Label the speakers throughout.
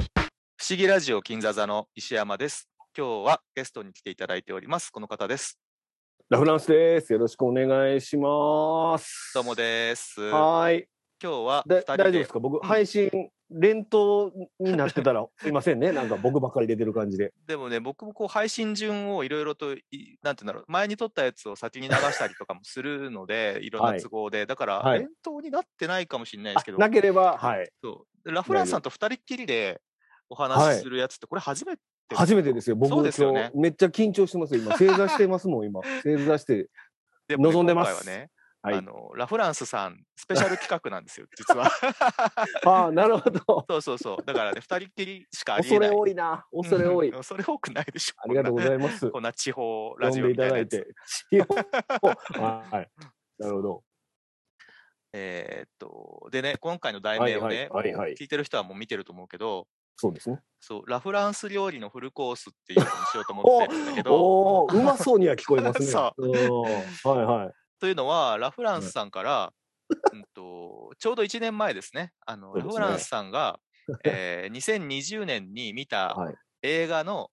Speaker 1: 不思議ラジオ金座座の石山です。今日はゲストに来ていただいております。この方です。
Speaker 2: ラフランスです。よろしくお願いします。
Speaker 1: どうもです。今
Speaker 2: はーい。
Speaker 1: 日は
Speaker 2: だ
Speaker 1: 二人
Speaker 2: 大丈夫
Speaker 1: で
Speaker 2: ですか僕、配信、連投になってたら、 すいませんね。なんか僕ばっかり出てる感じで。
Speaker 1: でもね、僕もこう配信順をいろいろとい、なんていうんだろう、前に撮ったやつを先に流したりとかもするの で、いろん
Speaker 2: は
Speaker 1: ない都合で、だから、
Speaker 2: はい
Speaker 1: 連投になってないかもしれない で
Speaker 2: あ
Speaker 1: すけど、
Speaker 2: なければ、はい。
Speaker 1: そうラフランスさんと二人っきりでお話しするやつって、これ初めて、
Speaker 2: 初めてですよ。僕、
Speaker 1: そう
Speaker 2: 今
Speaker 1: ですよね
Speaker 2: 日、めっちゃ緊張してますよ。今、正座してますもん、今。正座して。
Speaker 1: でもね
Speaker 2: 望んでます
Speaker 1: 今回はね、
Speaker 2: はい
Speaker 1: あの、ラフランスさん、スペシャル企画なんですよ、実 は。
Speaker 2: ああ、なるほど。
Speaker 1: そうそうそう。だからね、二人っきりしかありえ
Speaker 2: 恐
Speaker 1: な
Speaker 2: れ
Speaker 1: い。
Speaker 2: 多いな。恐れ多い
Speaker 1: うん。恐れ多くないでしょ。
Speaker 2: ありがとうございます。
Speaker 1: こんな地方ラ
Speaker 2: 呼
Speaker 1: ジ
Speaker 2: ん
Speaker 1: オ
Speaker 2: でい
Speaker 1: みた
Speaker 2: た
Speaker 1: いな
Speaker 2: だ
Speaker 1: や
Speaker 2: い
Speaker 1: つ
Speaker 2: て。いやはい。なるほど。
Speaker 1: えーっと、でね、今回の題
Speaker 2: は
Speaker 1: 名
Speaker 2: い
Speaker 1: を
Speaker 2: はい
Speaker 1: ね、
Speaker 2: はいはい。
Speaker 1: 聞いてる人はもう見てると思うけど、
Speaker 2: そうですね。
Speaker 1: そう、ラフランス料理のフルコースっていうのにしようと思
Speaker 2: お
Speaker 1: ってるんだけど、
Speaker 2: おおーうまそうには聞こえますね。
Speaker 1: そ
Speaker 2: うんはいはい。
Speaker 1: というのは、ラフランスさんから、うんと、ちょうど1年前ですね、あの、
Speaker 2: そう
Speaker 1: ラ
Speaker 2: で
Speaker 1: フ
Speaker 2: すね
Speaker 1: ランスさん が、えー2020年に見た
Speaker 2: はい
Speaker 1: 映画 の、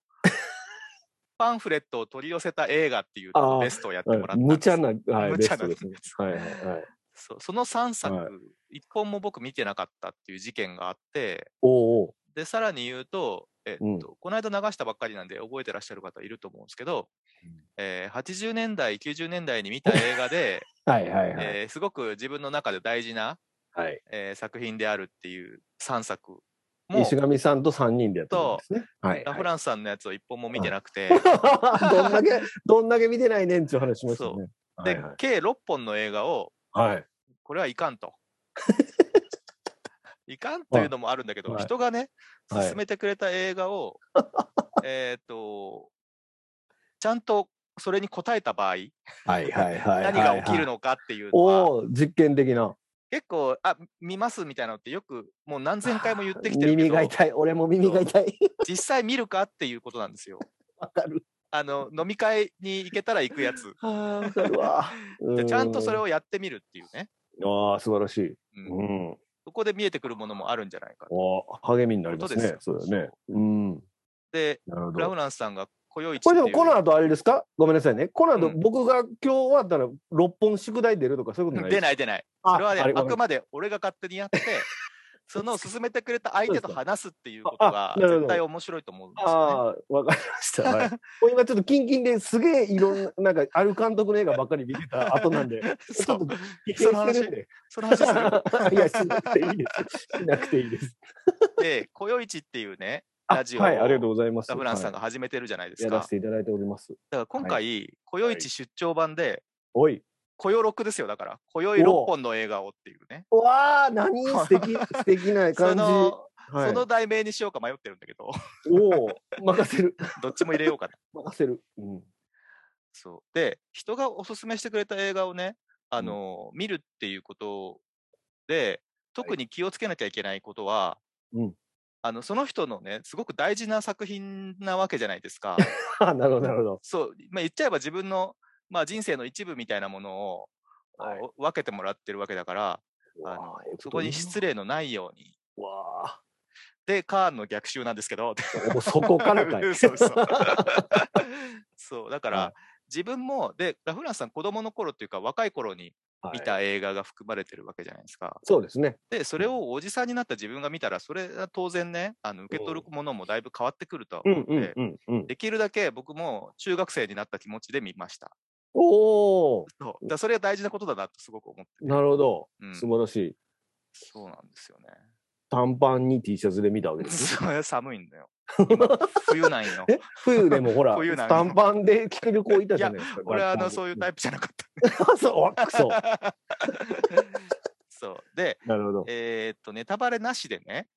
Speaker 1: パンフレットを取り寄せた映画っていうの
Speaker 2: あ
Speaker 1: を
Speaker 2: ー
Speaker 1: ベストをやって
Speaker 2: はい
Speaker 1: もらったん
Speaker 2: 無
Speaker 1: です
Speaker 2: 茶な、はい、
Speaker 1: 無
Speaker 2: ベ
Speaker 1: 茶な
Speaker 2: ストですね。はいはいはい。
Speaker 1: そうその3作、
Speaker 2: はい
Speaker 1: 一本も僕見てなかったっていう事件があって、
Speaker 2: おうおう
Speaker 1: で、さらに言うと、えっと
Speaker 2: うん
Speaker 1: この間流したばっかりなんで覚えてらっしゃる方いると思うんですけど、
Speaker 2: うん
Speaker 1: えー80年代、90年代に 見た映画で、
Speaker 2: はいはいはい。
Speaker 1: えーすごく自分の中で大事な、
Speaker 2: はい。
Speaker 1: えー作品であるっていう3作も
Speaker 2: 石、上さんと三人でやったんですね。はい、
Speaker 1: ラフランスさんのやつを一本も見てなくて、
Speaker 2: はい。 どんだけ、どんだけ見てないねんっていう話しましたよね。はい
Speaker 1: で、計6本の映画を、
Speaker 2: はい。はい。
Speaker 1: これはいかん と。いかんというのもあるんだけど、
Speaker 2: はい
Speaker 1: 人がね、
Speaker 2: はい
Speaker 1: 勧めてくれた映画 を、えっと、ちゃんとそれに応えた場合、
Speaker 2: はいはいはい。
Speaker 1: 何が起きる
Speaker 2: の
Speaker 1: のかっていうのは、
Speaker 2: おお実験的な。
Speaker 1: 結構、あ見ますみたいなのって、よくもう何千回も言ってきてるけ
Speaker 2: 耳
Speaker 1: ど
Speaker 2: が、痛い。俺も耳が痛い。
Speaker 1: 実際見るかっていうことなんですよ。
Speaker 2: わかる。
Speaker 1: あの飲み会に行けたら行くや つ。
Speaker 2: ああ、わか るわ。
Speaker 1: でちゃんとそれ
Speaker 2: を。
Speaker 1: をやってみるっていうね、
Speaker 2: ああ、素晴らしい。
Speaker 1: うん
Speaker 2: うん。
Speaker 1: そこで見えてくるものもあるんじゃないかと。
Speaker 2: お励みになります
Speaker 1: ことで
Speaker 2: ね。
Speaker 1: す
Speaker 2: そ
Speaker 1: よ
Speaker 2: うだよね。うん。
Speaker 1: で、
Speaker 2: なるほ
Speaker 1: ラフ
Speaker 2: ど。
Speaker 1: ランスさんが、今宵一
Speaker 2: これで
Speaker 1: っ
Speaker 2: も
Speaker 1: ていう
Speaker 2: この後あれですかごめんなさいね。この後、
Speaker 1: うん
Speaker 2: 僕が今日終わったら6本宿題出るとかそういうことない。
Speaker 1: 出ないい出ない。
Speaker 2: あ
Speaker 1: それはね、
Speaker 2: あれ
Speaker 1: あ
Speaker 2: わか
Speaker 1: く
Speaker 2: り
Speaker 1: まで俺が勝手にや って、その勧めてくれた相手と
Speaker 2: そうです
Speaker 1: 話すっていう
Speaker 2: あ
Speaker 1: こと
Speaker 2: あ
Speaker 1: が
Speaker 2: なるほど
Speaker 1: 絶対面白いと思うんですよ、ね。
Speaker 2: ああ、 わかりました。はい、もう今ちょっとキンキンですげえいろんな、なんかある監督の映画ばっかり見てた後なんで、ち
Speaker 1: そ
Speaker 2: ょっと
Speaker 1: う、
Speaker 2: 危険してるんで。
Speaker 1: その話する。
Speaker 2: いや、しなくていいです。しなくていいです。
Speaker 1: で、こよいちっていうね、
Speaker 2: あ
Speaker 1: ラジオ
Speaker 2: はい、ありがとうございます。
Speaker 1: ラフランスさんが
Speaker 2: は
Speaker 1: 始めてるじゃないで
Speaker 2: い
Speaker 1: す
Speaker 2: や
Speaker 1: か。
Speaker 2: らせていただいております。
Speaker 1: だから今回、こよいち出張版で、
Speaker 2: おい。
Speaker 1: こよ6ですよ、だから、こよい
Speaker 2: お
Speaker 1: 6
Speaker 2: う
Speaker 1: 本の映画をっていうね。
Speaker 2: わあ、何素敵、素敵な
Speaker 1: そ
Speaker 2: 感じ。
Speaker 1: の、
Speaker 2: はい、
Speaker 1: その題名にしようか迷ってるんだけど、
Speaker 2: おお、任せる。
Speaker 1: どっちも入れようかな。
Speaker 2: 任せる。うん。
Speaker 1: そう。で、人がおすすめしてくれた映画をね、あ
Speaker 2: うん
Speaker 1: の、見るっていうことで、特に気をつけなきゃいけないことは、
Speaker 2: うん
Speaker 1: あの、その人のね、すごく大事な作品なわけじゃないです か。
Speaker 2: あなるほど、なるほど。
Speaker 1: そう、まあ、言っちゃえば自分の、まあ、人生の一部みたいなものを、
Speaker 2: はい
Speaker 1: お分けてもらってるわけだから、あのそこに失
Speaker 2: 礼。
Speaker 1: 礼のないように。
Speaker 2: わあ、
Speaker 1: で、カーンの逆襲なんですけど、
Speaker 2: おそこからかい。
Speaker 1: そうそう。そう、だから、
Speaker 2: はい
Speaker 1: 自分も、で、ラフランスさん、子供の頃っていうか、若い頃に見
Speaker 2: はい。
Speaker 1: た映画が含まれてるわけじゃないですか。
Speaker 2: そうですね。
Speaker 1: で、それをおじさんになった自分が見たら、それは当然ね、あの受け取るものもだいぶ変わってくるとは
Speaker 2: う
Speaker 1: 思う
Speaker 2: んう
Speaker 1: の
Speaker 2: ん
Speaker 1: で、
Speaker 2: うんうん。
Speaker 1: できるだけ僕も中学生になった気持ちで見ました。
Speaker 2: おお、
Speaker 1: そうだからそれは大事なことだなとすごく思ってて
Speaker 2: なるほど
Speaker 1: う。ん
Speaker 2: 素晴らしい。
Speaker 1: そうなんですよね。
Speaker 2: 短パンに T シャツで見たわけですね。
Speaker 1: それ寒いんだよ。 今冬なんよ。
Speaker 2: え冬でもほら
Speaker 1: 冬な、んだ
Speaker 2: 短パンで着てる子いたじゃないですか。
Speaker 1: 俺はあのそういうタ
Speaker 2: イ
Speaker 1: イプじゃなかっ
Speaker 2: プ。 そう、あくそ。
Speaker 1: た。 そう。で、
Speaker 2: なるほど。
Speaker 1: えーっと、ネタバレなしでね、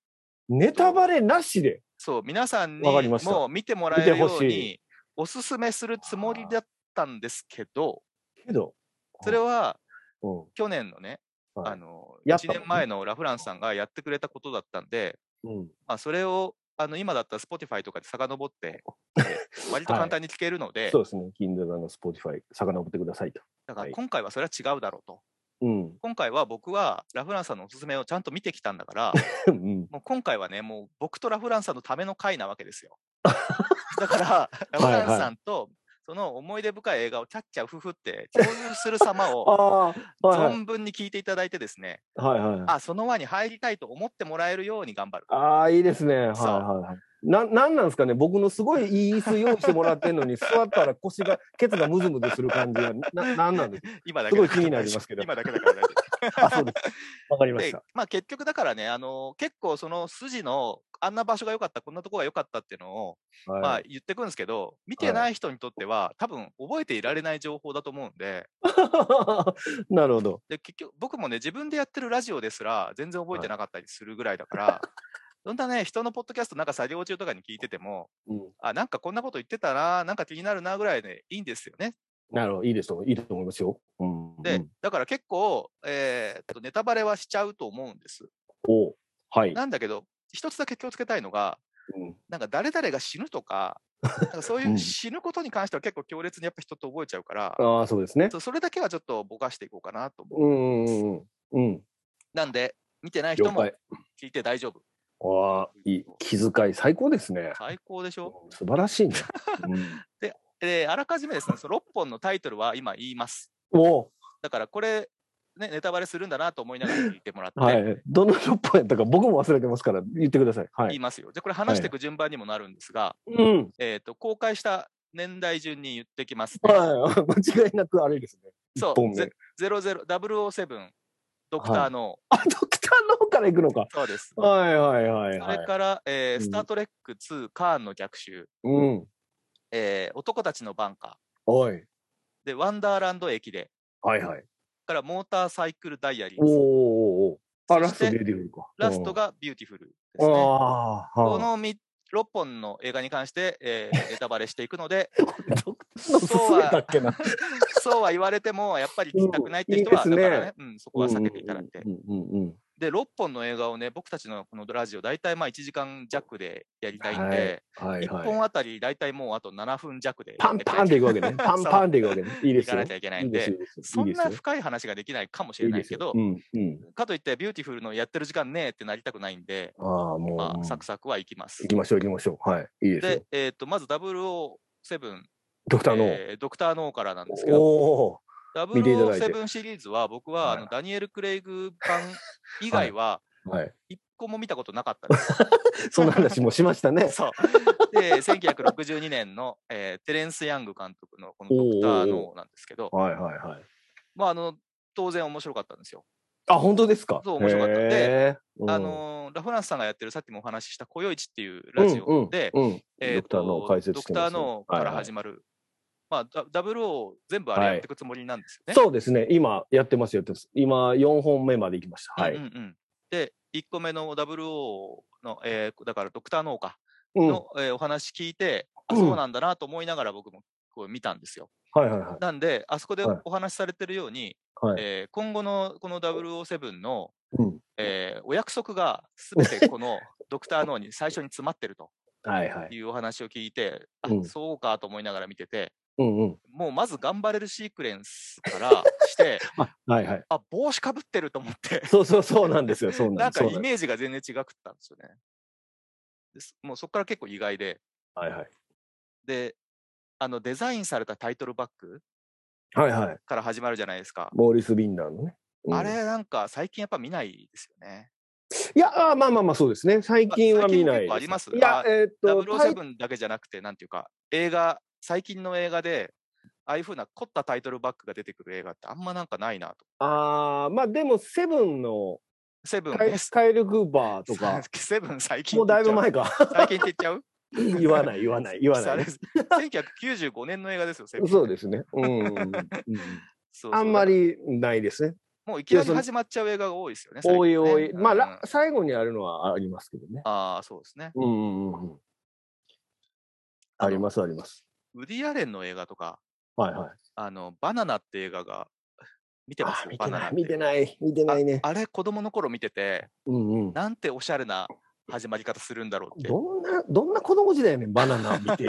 Speaker 2: ネタバレなしで。
Speaker 1: そう、皆さんに
Speaker 2: わかりました
Speaker 1: もう見てもらえる
Speaker 2: 見て
Speaker 1: よ
Speaker 2: ほ
Speaker 1: う
Speaker 2: しい
Speaker 1: に、おすすめするつもりだったんですけど、
Speaker 2: けど、
Speaker 1: それは
Speaker 2: うん。
Speaker 1: 去年のね、
Speaker 2: はい
Speaker 1: あの、
Speaker 2: やっ
Speaker 1: 1
Speaker 2: たもんね
Speaker 1: 年前のラフランスさんがやってくれたことだったんで、
Speaker 2: うん。
Speaker 1: まあ、それを、あの、今だったら Spotify とかで遡って、え ー割と簡単に聞けるので、
Speaker 2: そうですね。金座の Spotify、遡ってくださいと。
Speaker 1: だから
Speaker 2: はい
Speaker 1: 今回はそれは違うだろうと。
Speaker 2: うん。
Speaker 1: 今回は僕はラ・フランスさんのおすすめをちゃんと見てきたんだ から、
Speaker 2: うん
Speaker 1: もう今回はね、もう僕とラ・フランスさんのための回なわけです よ。だから、ラ・フランスさんとその思い出深い映画をキャッキャフフって共有する様
Speaker 2: あ
Speaker 1: を
Speaker 2: あ、はい
Speaker 1: 存分に聞いていただいてですね、
Speaker 2: はい。はいはい。
Speaker 1: あ、その輪に入りたいと思ってもらえるように頑張る。
Speaker 2: ああ、いいですね。はい
Speaker 1: そう
Speaker 2: はいはい。ななんなんですかね僕のすごいいい椅子用意してもらってん のに座ったら腰がケツがムズムズする感じはななんなんですか
Speaker 1: 今だ
Speaker 2: す
Speaker 1: けだ
Speaker 2: ごい
Speaker 1: から
Speaker 2: 気になりますけど
Speaker 1: 今だけだから大丈夫
Speaker 2: あそうですわかりまし
Speaker 1: で
Speaker 2: た、
Speaker 1: まあ、結局だからね、あの結構その筋のあんな場所が良かった、こんなとこが良かったっていうのを、
Speaker 2: はい
Speaker 1: まあ、言ってくんですけど、見てない人にとっては、多分覚えていられない情報だと思うんで、
Speaker 2: なるほど。
Speaker 1: で結局僕もね、自分でやってるラジオですら、全然覚えてなかったりするぐらいだから、 そんなね、人のポッドキャストなんか作業中とかに聞いてても、
Speaker 2: うん、
Speaker 1: あ、なんかこんなこと言ってたな、なんか気になるなぐらいで、いいんですよね。
Speaker 2: なるほど、いいですと、いいと思いますよ。うん、う
Speaker 1: で
Speaker 2: ん、
Speaker 1: だから結構、えーっとネタバレはしちゃうと思うんです。
Speaker 2: おはい。
Speaker 1: なんだけど、一つだけ気をつけたいのが、
Speaker 2: うん
Speaker 1: なんか誰々が死ぬとか、なんかそうい
Speaker 2: う
Speaker 1: うん死ぬことに関しては結構強烈にやっぱ人って覚えちゃうから、
Speaker 2: ああ、そうですね。
Speaker 1: そうそれだけはちょっとぼかしていこうかなと思う。
Speaker 2: うん、うん、うん、うん、
Speaker 1: なんで、見てない人
Speaker 2: 了
Speaker 1: も
Speaker 2: 解。
Speaker 1: 聞いて大丈夫。
Speaker 2: わあ、いい、気遣い、最高ですね。
Speaker 1: 最高でし ょ
Speaker 2: 素晴らし いね。
Speaker 1: で、あらかじめですね、その6本のタイトルは今言います。
Speaker 2: うん、お
Speaker 1: だからこれ、ね、ネタバレするんだなと思いながら聞いてもらって、
Speaker 2: はい。どの六本やったか、僕も忘れてますから、言ってください。は
Speaker 1: 言い
Speaker 2: い。
Speaker 1: ますよ。じゃあこれ話していく順番にもなるんですが、
Speaker 2: うん。
Speaker 1: えっ、と、公開した年代順に言ってきます、ね。
Speaker 2: はい、間違いなくあれですね。
Speaker 1: そう
Speaker 2: 一本目
Speaker 1: ぜ00、007、ドクターの、
Speaker 2: あ、ドクターの方から行くのか。
Speaker 1: そうです。
Speaker 2: はい、はい、はい、
Speaker 1: そ
Speaker 2: は
Speaker 1: れ
Speaker 2: い。
Speaker 1: から、えー
Speaker 2: うん
Speaker 1: スター・トレック2、カーンの逆襲、
Speaker 2: うん。
Speaker 1: えー男たちのバンカ
Speaker 2: おい。
Speaker 1: ー、で、ワンダーランド駅で、
Speaker 2: はい、はい。
Speaker 1: からモーターサイクルダイアリー
Speaker 2: おーおー
Speaker 1: ズ、
Speaker 2: おー。あ、ラ
Speaker 1: そし
Speaker 2: ス
Speaker 1: て
Speaker 2: ト出てくるか。
Speaker 1: ラストがビューティフルで
Speaker 2: う
Speaker 1: す
Speaker 2: ん。
Speaker 1: ね。
Speaker 2: ああ、
Speaker 1: このみ6本の映画に関して、え ーネタバレしていくので、
Speaker 2: ドクターの勧めだっけな。
Speaker 1: そうは言われても、やっぱり聞きたくないって人
Speaker 2: うん
Speaker 1: は、
Speaker 2: いいですね
Speaker 1: だからね、うん、そこは避けていただいて。
Speaker 2: うんうんうんうん
Speaker 1: で、6本の映画をね、僕たちのこのラジオ、大体まあ1時間弱でやりたいんで、
Speaker 2: はい
Speaker 1: 一1
Speaker 2: はい。
Speaker 1: 本あたり大体もうあと7分弱で
Speaker 2: パンパンっていくわけ ね。パンパンっていくわけね。いいで
Speaker 1: い
Speaker 2: す
Speaker 1: かな
Speaker 2: よ。
Speaker 1: いきゃいけないん
Speaker 2: いで
Speaker 1: で、
Speaker 2: すよ。
Speaker 1: そん
Speaker 2: いいで
Speaker 1: な
Speaker 2: すよ
Speaker 1: 深い話ができないかもし
Speaker 2: い
Speaker 1: れ
Speaker 2: い
Speaker 1: な
Speaker 2: で
Speaker 1: い
Speaker 2: す
Speaker 1: け
Speaker 2: よ
Speaker 1: ど、
Speaker 2: うんうん。
Speaker 1: かといってビューティフルのやってる時間ねえってなりたくないんで、
Speaker 2: ああ、もう
Speaker 1: ま
Speaker 2: う
Speaker 1: あ、
Speaker 2: ん。
Speaker 1: サクサクはいきます
Speaker 2: 行。きましょう行きましょう。はい。いいですよ
Speaker 1: で。、えっとまず007、
Speaker 2: ドクターの。
Speaker 1: えードクター・ノーからなんですけど、
Speaker 2: お見ていただいて
Speaker 1: 007シリーズは僕はあ
Speaker 2: は
Speaker 1: の
Speaker 2: い
Speaker 1: ダニエル・クレイグ版以外は
Speaker 2: お。はい。
Speaker 1: 一個も見たことなかったです。
Speaker 2: そんな話もしましたね。
Speaker 1: そう で、1962年の、えーテレンス・ヤング監督のこのドクター・ノーなんですけど、
Speaker 2: はいはいはい。
Speaker 1: まあ、あの当然面白かったんですよ。
Speaker 2: あ、本当ですか。
Speaker 1: そう面白かったで
Speaker 2: へー、
Speaker 1: あのーラ・フランスさんがやってるさっきもお話しした「こよいち」っていうラジオで、
Speaker 2: うん、うんうん
Speaker 1: えー
Speaker 2: ドクターノー解説して
Speaker 1: ド
Speaker 2: ま
Speaker 1: ク
Speaker 2: す
Speaker 1: ターノーから始まる、まあダブルオー全部あれやっていくつもりなんですよね。
Speaker 2: そうですね。今やってますやってます。今四本目まで行きました。はい。
Speaker 1: うんうんうんで1個目のダブルオーの、えーだからドクターノーか
Speaker 2: うんは
Speaker 1: の、えーお話聞いて、あ
Speaker 2: うん
Speaker 1: そうなんだなと思いながら僕もこう見たんですよ。
Speaker 2: いはいはい。
Speaker 1: なんであそこで
Speaker 2: はい
Speaker 1: お話しされてるように、
Speaker 2: はい
Speaker 1: えー今後のこの007の、
Speaker 2: うん。
Speaker 1: えーお約束が全てこ のドクターノーに最初に詰まってると。
Speaker 2: はいはい。
Speaker 1: いうお話を聞いて、あ
Speaker 2: うん
Speaker 1: そうかと思いながら見てて、
Speaker 2: うんうん。
Speaker 1: もうまず頑張れるシークエンスから して、
Speaker 2: あはいはい。
Speaker 1: あ帽子かぶってると思って、
Speaker 2: そうそうそうなんですよ。そう
Speaker 1: な
Speaker 2: なん
Speaker 1: ん
Speaker 2: で
Speaker 1: か
Speaker 2: す。そう
Speaker 1: イ
Speaker 2: なんです
Speaker 1: メージが全然違くったんですよね。ですもうそこから結構意外で、
Speaker 2: はいはい。
Speaker 1: で、あのデザインされたタイトルバッグ
Speaker 2: はいはい。
Speaker 1: から始まるじゃないですか。
Speaker 2: モーリス・ビンダーのね。うん
Speaker 1: あれなんか最近やっぱ見ないですよね。
Speaker 2: いや、あまあまあまあ、そうですね。最近は見ない
Speaker 1: 最近も結構あります
Speaker 2: です。いや
Speaker 1: あ、
Speaker 2: えーっと、タイ
Speaker 1: 007だけじゃなくて、なんていうか、映画、最近の映画で、ああいうふうな凝ったタイトルバッグが出てくる映画ってあんまなんかないなと。
Speaker 2: あーまあでも、セブンの
Speaker 1: セブン
Speaker 2: カイ
Speaker 1: です
Speaker 2: カエル・グーバーとか、
Speaker 1: セブン最近
Speaker 2: もうだいぶ
Speaker 1: って
Speaker 2: 前か。
Speaker 1: 言っちゃう。最近って言っちゃう
Speaker 2: 言わ ない、言わない、言わない。
Speaker 1: あれ1995年の映画ですよ、セブン。
Speaker 2: そうですね。うんうんうん。
Speaker 1: そうそう
Speaker 2: あんま。りないですね。
Speaker 1: もういきなり始まっちゃう映画が多いですよね。
Speaker 2: おいお
Speaker 1: 最
Speaker 2: い。
Speaker 1: 近ね
Speaker 2: まあ、
Speaker 1: うん
Speaker 2: ら最後にあるのはありますけどね。
Speaker 1: ああ、そうですね。
Speaker 2: うんうんうんうん。あります、あります。
Speaker 1: ウディ・アレンの映画とか、
Speaker 2: はいはい。
Speaker 1: あの、バナナって映画が、見てます
Speaker 2: あ見て
Speaker 1: バナナ
Speaker 2: な
Speaker 1: っ
Speaker 2: い、見て
Speaker 1: て
Speaker 2: ない、見てないね。
Speaker 1: あれ、子供の頃見てて、
Speaker 2: うんうん。
Speaker 1: なんておしゃれな始まり方するんだろうって。い
Speaker 2: どんな、どんな子供時代 やねん、バナナ見て。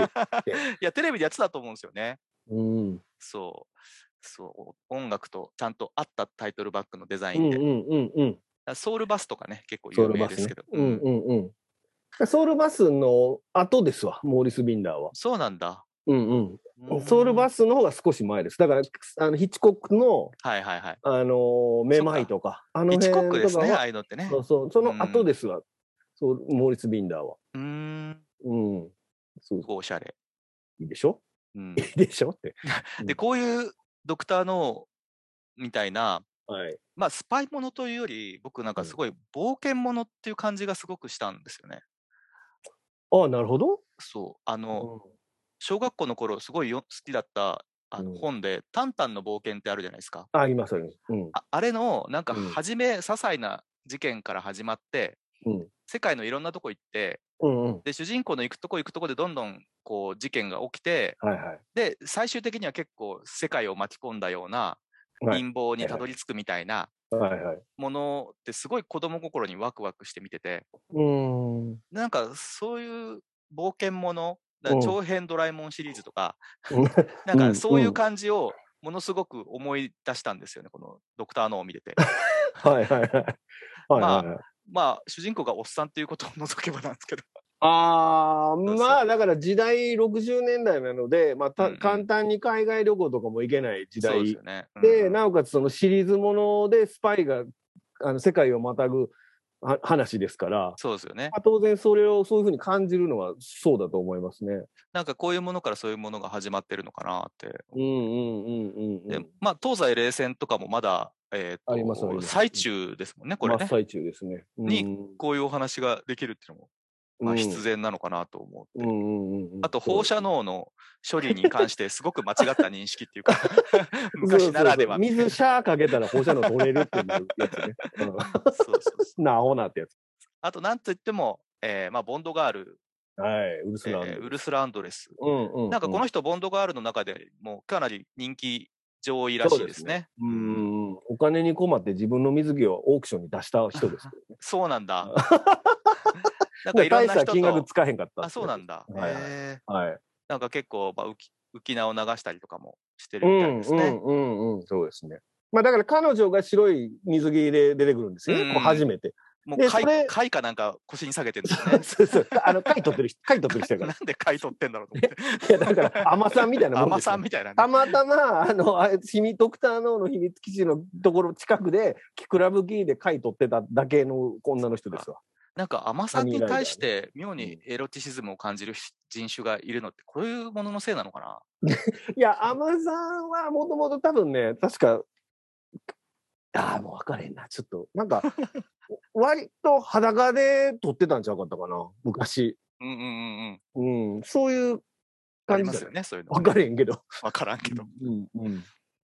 Speaker 1: や、テレビでやってたと思うんですよね。
Speaker 2: うん。
Speaker 1: そう。そう音楽とちゃんと合ったタイトルバックのデザイ
Speaker 2: うん
Speaker 1: ン
Speaker 2: うん
Speaker 1: で、
Speaker 2: うんうん。
Speaker 1: ソウルバスとかね結構
Speaker 2: ソ
Speaker 1: 有
Speaker 2: ウル
Speaker 1: 名
Speaker 2: バ
Speaker 1: で
Speaker 2: ス、
Speaker 1: す
Speaker 2: ね
Speaker 1: けど、。
Speaker 2: うん
Speaker 1: うん
Speaker 2: うんうん。ソウルバスの後ですわ、モーリス・ビンダーは。
Speaker 1: そうなんだ
Speaker 2: うんうん。ソウルバ
Speaker 1: ス
Speaker 2: スの方が少し前です。だから、あのヒッチコックの、
Speaker 1: はいはいはい
Speaker 2: あのー、めまいとか、あの
Speaker 1: 一
Speaker 2: 辺とか
Speaker 1: 国ですねあ
Speaker 2: は
Speaker 1: あいうのってね
Speaker 2: そうそう、その後ですわ、ソウルモーリス・ビンダーは。
Speaker 1: うーん
Speaker 2: うん。そう
Speaker 1: すごいおしゃれ、
Speaker 2: いいでしょ
Speaker 1: うん
Speaker 2: いいでしょって。
Speaker 1: でこういうドクターのみたいな
Speaker 2: はい。
Speaker 1: まあスパイものというより僕なんかすごい冒険ものっていう感じがすごくしたんですよね
Speaker 2: ああ、なるほど。
Speaker 1: そうあの、
Speaker 2: う
Speaker 1: 小学校の頃すごいよ好きだったあの
Speaker 2: うん
Speaker 1: 本で「タンタンの冒険」ってあるじゃないですか。
Speaker 2: ん、ありますあります。うん。
Speaker 1: ああれのなんか
Speaker 2: うん
Speaker 1: 初め些細な事件から始まって、
Speaker 2: うん
Speaker 1: 世界のいろんなとこ行って
Speaker 2: うんうん。
Speaker 1: で主人公の行くとこ行くとこでどんどんこう事件が起きて
Speaker 2: はいはい。
Speaker 1: で最終的には結構世界を巻き込んだような
Speaker 2: はい
Speaker 1: 陰謀にたどり着くみたいな
Speaker 2: はいはい。
Speaker 1: ものってすごい子供心にワクワクして見てて
Speaker 2: うーん。
Speaker 1: なんかそういう冒険ものだ
Speaker 2: うん
Speaker 1: 長編ドラえもんシリーズとかな
Speaker 2: うん
Speaker 1: か
Speaker 2: ん
Speaker 1: そういううん感じをものすごく思い出したんですよね、このドクター・ノーを見てて。
Speaker 2: はいはいはい。はい
Speaker 1: まあ
Speaker 2: はいはい。
Speaker 1: まあ、主人公がおっさんっていうことを除けばなんですけど。そう
Speaker 2: あー
Speaker 1: そう
Speaker 2: まあだから時代60年代なので、まあた
Speaker 1: うんうん
Speaker 2: 簡単に海外旅行とかも行けない時
Speaker 1: そう
Speaker 2: 代
Speaker 1: です
Speaker 2: で
Speaker 1: よね。うん
Speaker 2: なおかつそのシリーズものでスパイがあの世界をまたぐは話ですから、
Speaker 1: そうですよね。
Speaker 2: まあ、当然それをそういうふうに感じるのはそうだと思いますね。
Speaker 1: なんかこういうものからそういうものが始まってるのかなって。
Speaker 2: うんうんうんうんうん、
Speaker 1: で、まあ、東西冷戦とかもまだ、えーと
Speaker 2: ありますあります
Speaker 1: 最中ですもんね、これ
Speaker 2: 真
Speaker 1: ね
Speaker 2: っ。最中ですね。
Speaker 1: に
Speaker 2: うん
Speaker 1: こういうお話ができるっていうのも、まあ、
Speaker 2: うん
Speaker 1: 必然なのかなと思って。
Speaker 2: うんうんうんうん
Speaker 1: あと放射能の処理に関してすごく間違った認識っていうか 昔ならでは
Speaker 2: そうそうそう水シャーかけたら放射能取れるっていう やつね。
Speaker 1: そうそうそう
Speaker 2: うん、なあほなってやつ。
Speaker 1: あと、なんといっても、えーまあ、ボンドガール、
Speaker 2: はい、ウルス
Speaker 1: え
Speaker 2: ランド。
Speaker 1: ーウルスラ・アンドレス。
Speaker 2: うんうんう
Speaker 1: なんかこの人、ボンドガールの中でもうかなり人気上位らしいですね。
Speaker 2: うんうんうん、お金に困って自分の水着をオークションに出した人ですけどね。
Speaker 1: そうなん だ。なんか
Speaker 2: で
Speaker 1: いろん
Speaker 2: 大
Speaker 1: な
Speaker 2: した
Speaker 1: 人
Speaker 2: 金額
Speaker 1: と。
Speaker 2: つかへんかった。
Speaker 1: あ、そうなん
Speaker 2: だ。
Speaker 1: だ。
Speaker 2: はいはい
Speaker 1: へー
Speaker 2: はい。
Speaker 1: なんか結構、まあ、浮き浮き名を流したりとかもして
Speaker 2: う
Speaker 1: るみたい
Speaker 2: ん
Speaker 1: です
Speaker 2: う
Speaker 1: ね。
Speaker 2: んうんうん、そうですね。まあだから彼女が白い水着で出てくるんですよ
Speaker 1: うん
Speaker 2: ね、こう 初めて。
Speaker 1: もう
Speaker 2: でそ
Speaker 1: 貝
Speaker 2: れ
Speaker 1: 貝かなんか腰に下げてるんですよね。
Speaker 2: そうそう。あの、貝取ってる人、貝取ってる人やか
Speaker 1: な
Speaker 2: ら
Speaker 1: ん。で貝取ってんだろうと思っ
Speaker 2: いや、だから、甘さんみたい
Speaker 1: て。
Speaker 2: なもん
Speaker 1: 甘
Speaker 2: ですよ
Speaker 1: さんみたいな、
Speaker 2: た
Speaker 1: ね。
Speaker 2: またま、あの、あ秘密、ドクターノーの秘密基地のところ近くで、キクラブキーで貝取ってただけの女の人ですわ。
Speaker 1: なんか甘さに対して妙に
Speaker 2: うん
Speaker 1: エロティシズムを感じる人種がいるのって、こういうもののせいなのかない
Speaker 2: や、アマさんはもともと多分ね、確か、ああ、もう分かれへんな。ちょっと、な んか、割と裸で撮ってたんちゃうかったかな、昔。
Speaker 1: うんうんうんうん。
Speaker 2: うん、そういう
Speaker 1: あり
Speaker 2: 感
Speaker 1: ま
Speaker 2: じ
Speaker 1: す
Speaker 2: だ
Speaker 1: よ
Speaker 2: よね。
Speaker 1: ね、そういうの。
Speaker 2: 分かれへんけど。
Speaker 1: わからんけど。
Speaker 2: うんうん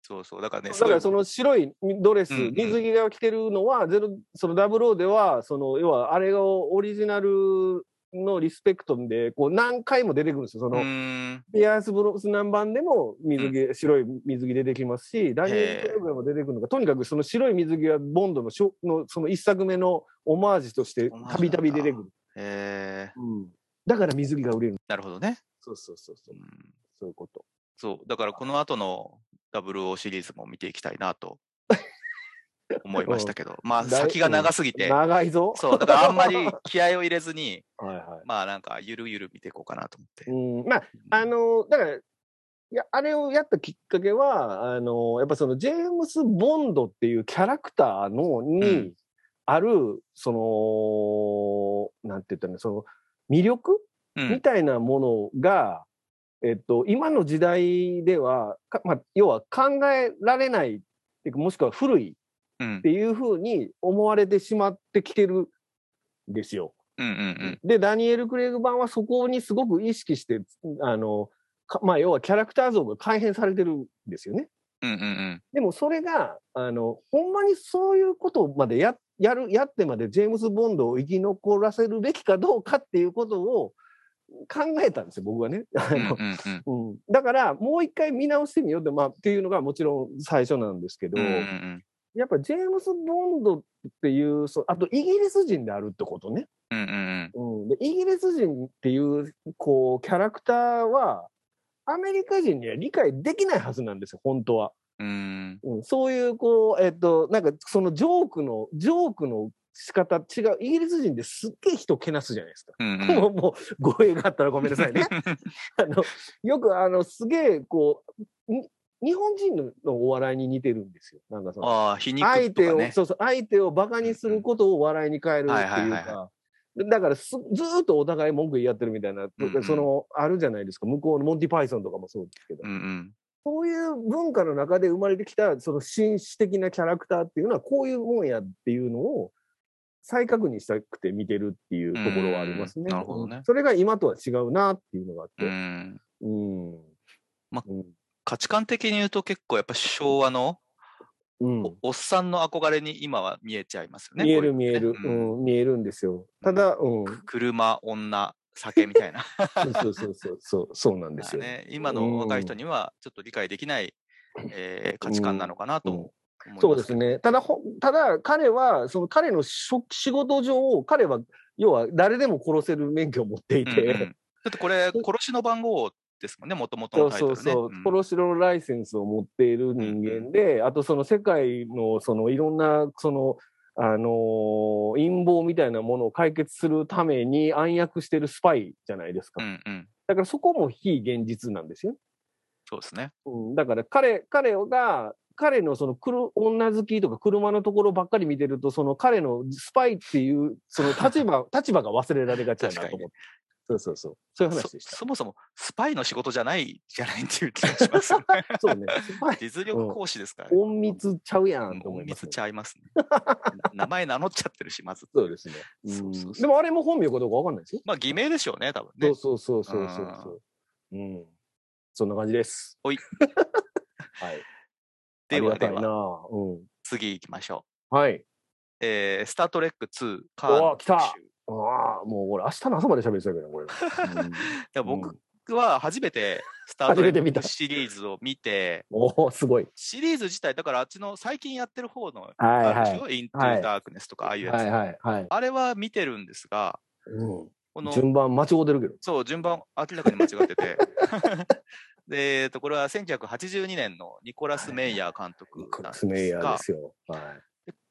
Speaker 1: そうそう。だからね、
Speaker 2: だからそ
Speaker 1: の、
Speaker 2: の白いドレス、
Speaker 1: うんうん
Speaker 2: 水着が着てるのは、ゼロそのダブローでは、その要はあれがオリジナルのリスペクトで、こう何回も出てくるんですよ。そうの、
Speaker 1: ーん。
Speaker 2: ピアース・ブロス南版でも水着、白い水着出てきますし、ダニエル・クレーブも出てくるのが、とにかくその白い水着はボンドのしょのその一作目のオマージュとして
Speaker 1: オマージュなんだ
Speaker 2: たびたび出てくる、
Speaker 1: えー、
Speaker 2: うんだから水着が売れる。
Speaker 1: なるほどね、
Speaker 2: そうそうそうそうう。
Speaker 1: ん。
Speaker 2: そういうこと。
Speaker 1: そう。だからこの後の WO シリーズも見ていきたいなと 思いましたけど、まあ
Speaker 2: だい
Speaker 1: 先が長すぎて、
Speaker 2: 長いぞ。
Speaker 1: そう、だからあんまり気合を入れずに、
Speaker 2: はいはい。
Speaker 1: まあなんかゆるゆる見ていこうかなと思って。
Speaker 2: うん、まあ、あの、だから、いや、あれをやったきっかけは、あの、やっぱそのジェームス・ボンドっていうキャラクターのに、
Speaker 1: うん
Speaker 2: ある、その、なんて言ったらいいの、その、魅力
Speaker 1: う
Speaker 2: み
Speaker 1: ん。
Speaker 2: たいなものが、えっと、今の時代では、かまあ、要は考えられないっていうか、もしくは古いっ
Speaker 1: うん。
Speaker 2: ていうふうに思われてしまってきてるんですよ。
Speaker 1: うん。うん。
Speaker 2: で、ダニエル・クレイグ版はそこにすごく意識して、あの、かまあ、要はキャラクター像が改変されてるんですよね。
Speaker 1: うん。うん。うん。
Speaker 2: でもそれが、あの、ほんまにそういうことまでや、やる、やってまでジェームズ・ボンドを生き残らせるべきかどうかっていうことを考えたんですよ、僕はね。あ
Speaker 1: うん。うん
Speaker 2: の。
Speaker 1: うんうん
Speaker 2: うん、だから、もう一回見直してみようって、まあ、っていうのがもちろん最初なんですけど、
Speaker 1: うんうん。
Speaker 2: やっぱジェームズ・ボンドっていう、そうあとイギリス人であるってことね。
Speaker 1: うんうんうん。
Speaker 2: うん、でイギリス人っていうこうキャラクターはアメリカ人には理解できないはずなんですよ本当は。
Speaker 1: うん。
Speaker 2: うん、そういうこう、えっと、なんかそのジョークの、ジョークの仕方違う。イギリス人ですっげえ人をけなすじゃないですか。
Speaker 1: うんう
Speaker 2: も
Speaker 1: ん
Speaker 2: うもう語弊があったらごめんなさいね。あのよくあのすげえこうに日本人のお笑いに似てるんですよ。なんかその
Speaker 1: ああ、皮肉
Speaker 2: 相
Speaker 1: と
Speaker 2: 手
Speaker 1: か
Speaker 2: を、
Speaker 1: ね。
Speaker 2: そうそう相手をバカにすることを笑いに変えるっていうか。
Speaker 1: はいはいはいは
Speaker 2: だからすずーっとお互い文句言い合ってるみたいな、
Speaker 1: うんうん
Speaker 2: そのあるじゃないですか向こうのモンティ・パイソンとかもそうですけど、
Speaker 1: うんうん。
Speaker 2: そういう文化の中で生まれてきた、その紳士的なキャラクターっていうのは、こういうもんやっていうのを再確認したくて見てるっていうところはありますね。
Speaker 1: うんなるほどね
Speaker 2: うんそれが今とは違うなっていうのがあっ
Speaker 1: う
Speaker 2: て。
Speaker 1: ん。
Speaker 2: うん。
Speaker 1: ま
Speaker 2: うん
Speaker 1: 価値観的に言うと結構やっぱ昭和の
Speaker 2: うん
Speaker 1: おおっさんの憧れに今は見えちゃいますよね。
Speaker 2: 見え
Speaker 1: こういう
Speaker 2: る
Speaker 1: の
Speaker 2: 見える、
Speaker 1: ねうん
Speaker 2: うん、見えるんですよ。ただ、うん、
Speaker 1: く車、女、酒みたいな。
Speaker 2: そうそうそうそう、そうなん ですよ。
Speaker 1: ね、今の若い人にはちょっと理解できない、えー価値観なのかなと
Speaker 2: うん
Speaker 1: 思います。
Speaker 2: そうです。ね。ただ、ほただ彼は、その彼の職仕事上、彼は、要は誰でも殺せる免許を持ってい
Speaker 1: うん
Speaker 2: て、
Speaker 1: うんだってこれ、殺しの番号ですもんね、もともと
Speaker 2: そ
Speaker 1: の
Speaker 2: う
Speaker 1: タイト
Speaker 2: そ
Speaker 1: ルね。
Speaker 2: うそう、
Speaker 1: ん
Speaker 2: コロシロのライセンスを持っている人間で、あとその世界のそのいろんなその、あのー陰謀みたいなものを解決するために暗躍してるスパイじゃないですか。
Speaker 1: うんうん
Speaker 2: だからそこも非現実なんですよ。
Speaker 1: そうですね。
Speaker 2: うん、だから彼彼が彼のその車女好きとか車のところばっかり見てるとその彼のスパイっていうその 立場立場が忘れられがちだなと思って。そうそうそう。そういう
Speaker 1: そ
Speaker 2: 話でした。
Speaker 1: そもそもスパイの仕事じゃないじゃないっていう気がし ますよね。
Speaker 2: そうね。スパイ
Speaker 1: 実力行使ですから、ね。
Speaker 2: 隠密ちゃうや
Speaker 1: うん
Speaker 2: と思い
Speaker 1: 隠
Speaker 2: ま
Speaker 1: 密
Speaker 2: す、ね
Speaker 1: ち。ゃいます ね。名前名乗っちゃってるし、まず。
Speaker 2: そうですね。
Speaker 1: そうそうそう
Speaker 2: でもあれも本名かどうかわかんないですよ。
Speaker 1: まあ、偽名でしょうね、多分
Speaker 2: そ
Speaker 1: ね
Speaker 2: う。そうそうそうそうそう。うん。そんな感じです。
Speaker 1: ほい
Speaker 2: はい。
Speaker 1: ではで
Speaker 2: ありがたいな
Speaker 1: は、
Speaker 2: あ。うん。
Speaker 1: 次行きましょ
Speaker 2: はい。
Speaker 1: う。えー、スタートレック2、カーの
Speaker 2: おー来た
Speaker 1: 特集い
Speaker 2: ああ、もう俺、明日の朝まで喋りそうやけどな、これ。うん
Speaker 1: や
Speaker 2: う
Speaker 1: 僕
Speaker 2: ん
Speaker 1: は初めてスタートレ
Speaker 2: 初めて見
Speaker 1: ッ
Speaker 2: た
Speaker 1: クシリーズを見て、
Speaker 2: おお、すごい。
Speaker 1: シリーズ自体、だからあっちの最近やってる方の、
Speaker 2: はい
Speaker 1: あるでし
Speaker 2: は
Speaker 1: ょイントゥダークネスとか、ああい
Speaker 2: い。
Speaker 1: うやつ、
Speaker 2: はいはいはい。
Speaker 1: あれは見てるんですが、
Speaker 2: う
Speaker 1: こ
Speaker 2: ん。
Speaker 1: の、
Speaker 2: 順番間違うてるけど。
Speaker 1: そう、順番明らかに間違ってて。 で、えっと、これは1982年のニコラス・メイヤー監督なんです
Speaker 2: スメイヤー
Speaker 1: が
Speaker 2: で、すよ。は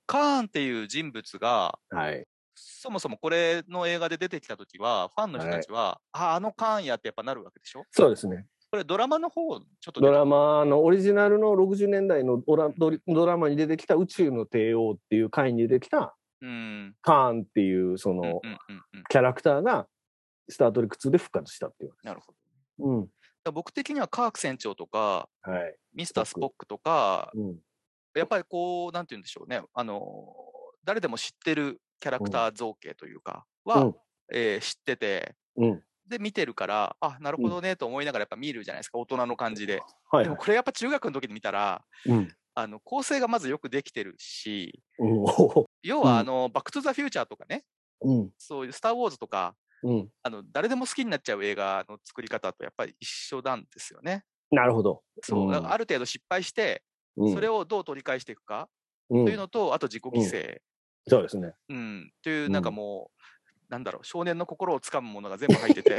Speaker 1: カーンっていう人物が、
Speaker 2: い。はい。
Speaker 1: そもそもこれの映画で出てきたときは、ファンの人たちは、あ、あのカーンやってやっぱなるわけでしょ
Speaker 2: そうですね。
Speaker 1: これドラマの方、ちょっとね
Speaker 2: ドラマのオリジナルの60年代のドラドリドラマに出てきた宇宙の帝王っていう回に出てきた
Speaker 1: うん。
Speaker 2: カーンっていうそ
Speaker 1: うんうん
Speaker 2: の
Speaker 1: うんうん。
Speaker 2: キャラクターがスタートレック2で復活したっていう。
Speaker 1: なるほど。
Speaker 2: うん。
Speaker 1: だから僕的にはカーク船長とか、
Speaker 2: はい。
Speaker 1: ミスター・スポックとか、
Speaker 2: うん。
Speaker 1: やっぱりこう、なんて言うんでしょうね、あの、誰でも知ってるキャラクター造形というか、は、
Speaker 2: うん
Speaker 1: えー知ってて、
Speaker 2: うん。
Speaker 1: で、見てるから、あ、なるほどね、と思いながらやっぱ見るじゃないですか、大人の感じで。
Speaker 2: はい
Speaker 1: でも。これやっぱ中学の時に見たら、
Speaker 2: うん。
Speaker 1: あの、構成がまずよくできてるし、
Speaker 2: うん。お
Speaker 1: 要
Speaker 2: うん
Speaker 1: はあの、バック・トゥ・ザ・フューチャーとかね、
Speaker 2: うん。
Speaker 1: そういうスター・ウォーズとか、
Speaker 2: うん。
Speaker 1: あの、誰でも好きになっちゃう映画の作り方とやっぱり一緒なんですよね。
Speaker 2: なるほど。
Speaker 1: そうう、
Speaker 2: ん
Speaker 1: だからある程度失敗して、それをどう取り返していくか
Speaker 2: を
Speaker 1: というのと、あと自己
Speaker 2: うん
Speaker 1: 犠牲。
Speaker 2: そうですね。
Speaker 1: うん、という、なんか
Speaker 2: うん
Speaker 1: もう、なんだろう、少年の心をつかむものが全部入って て、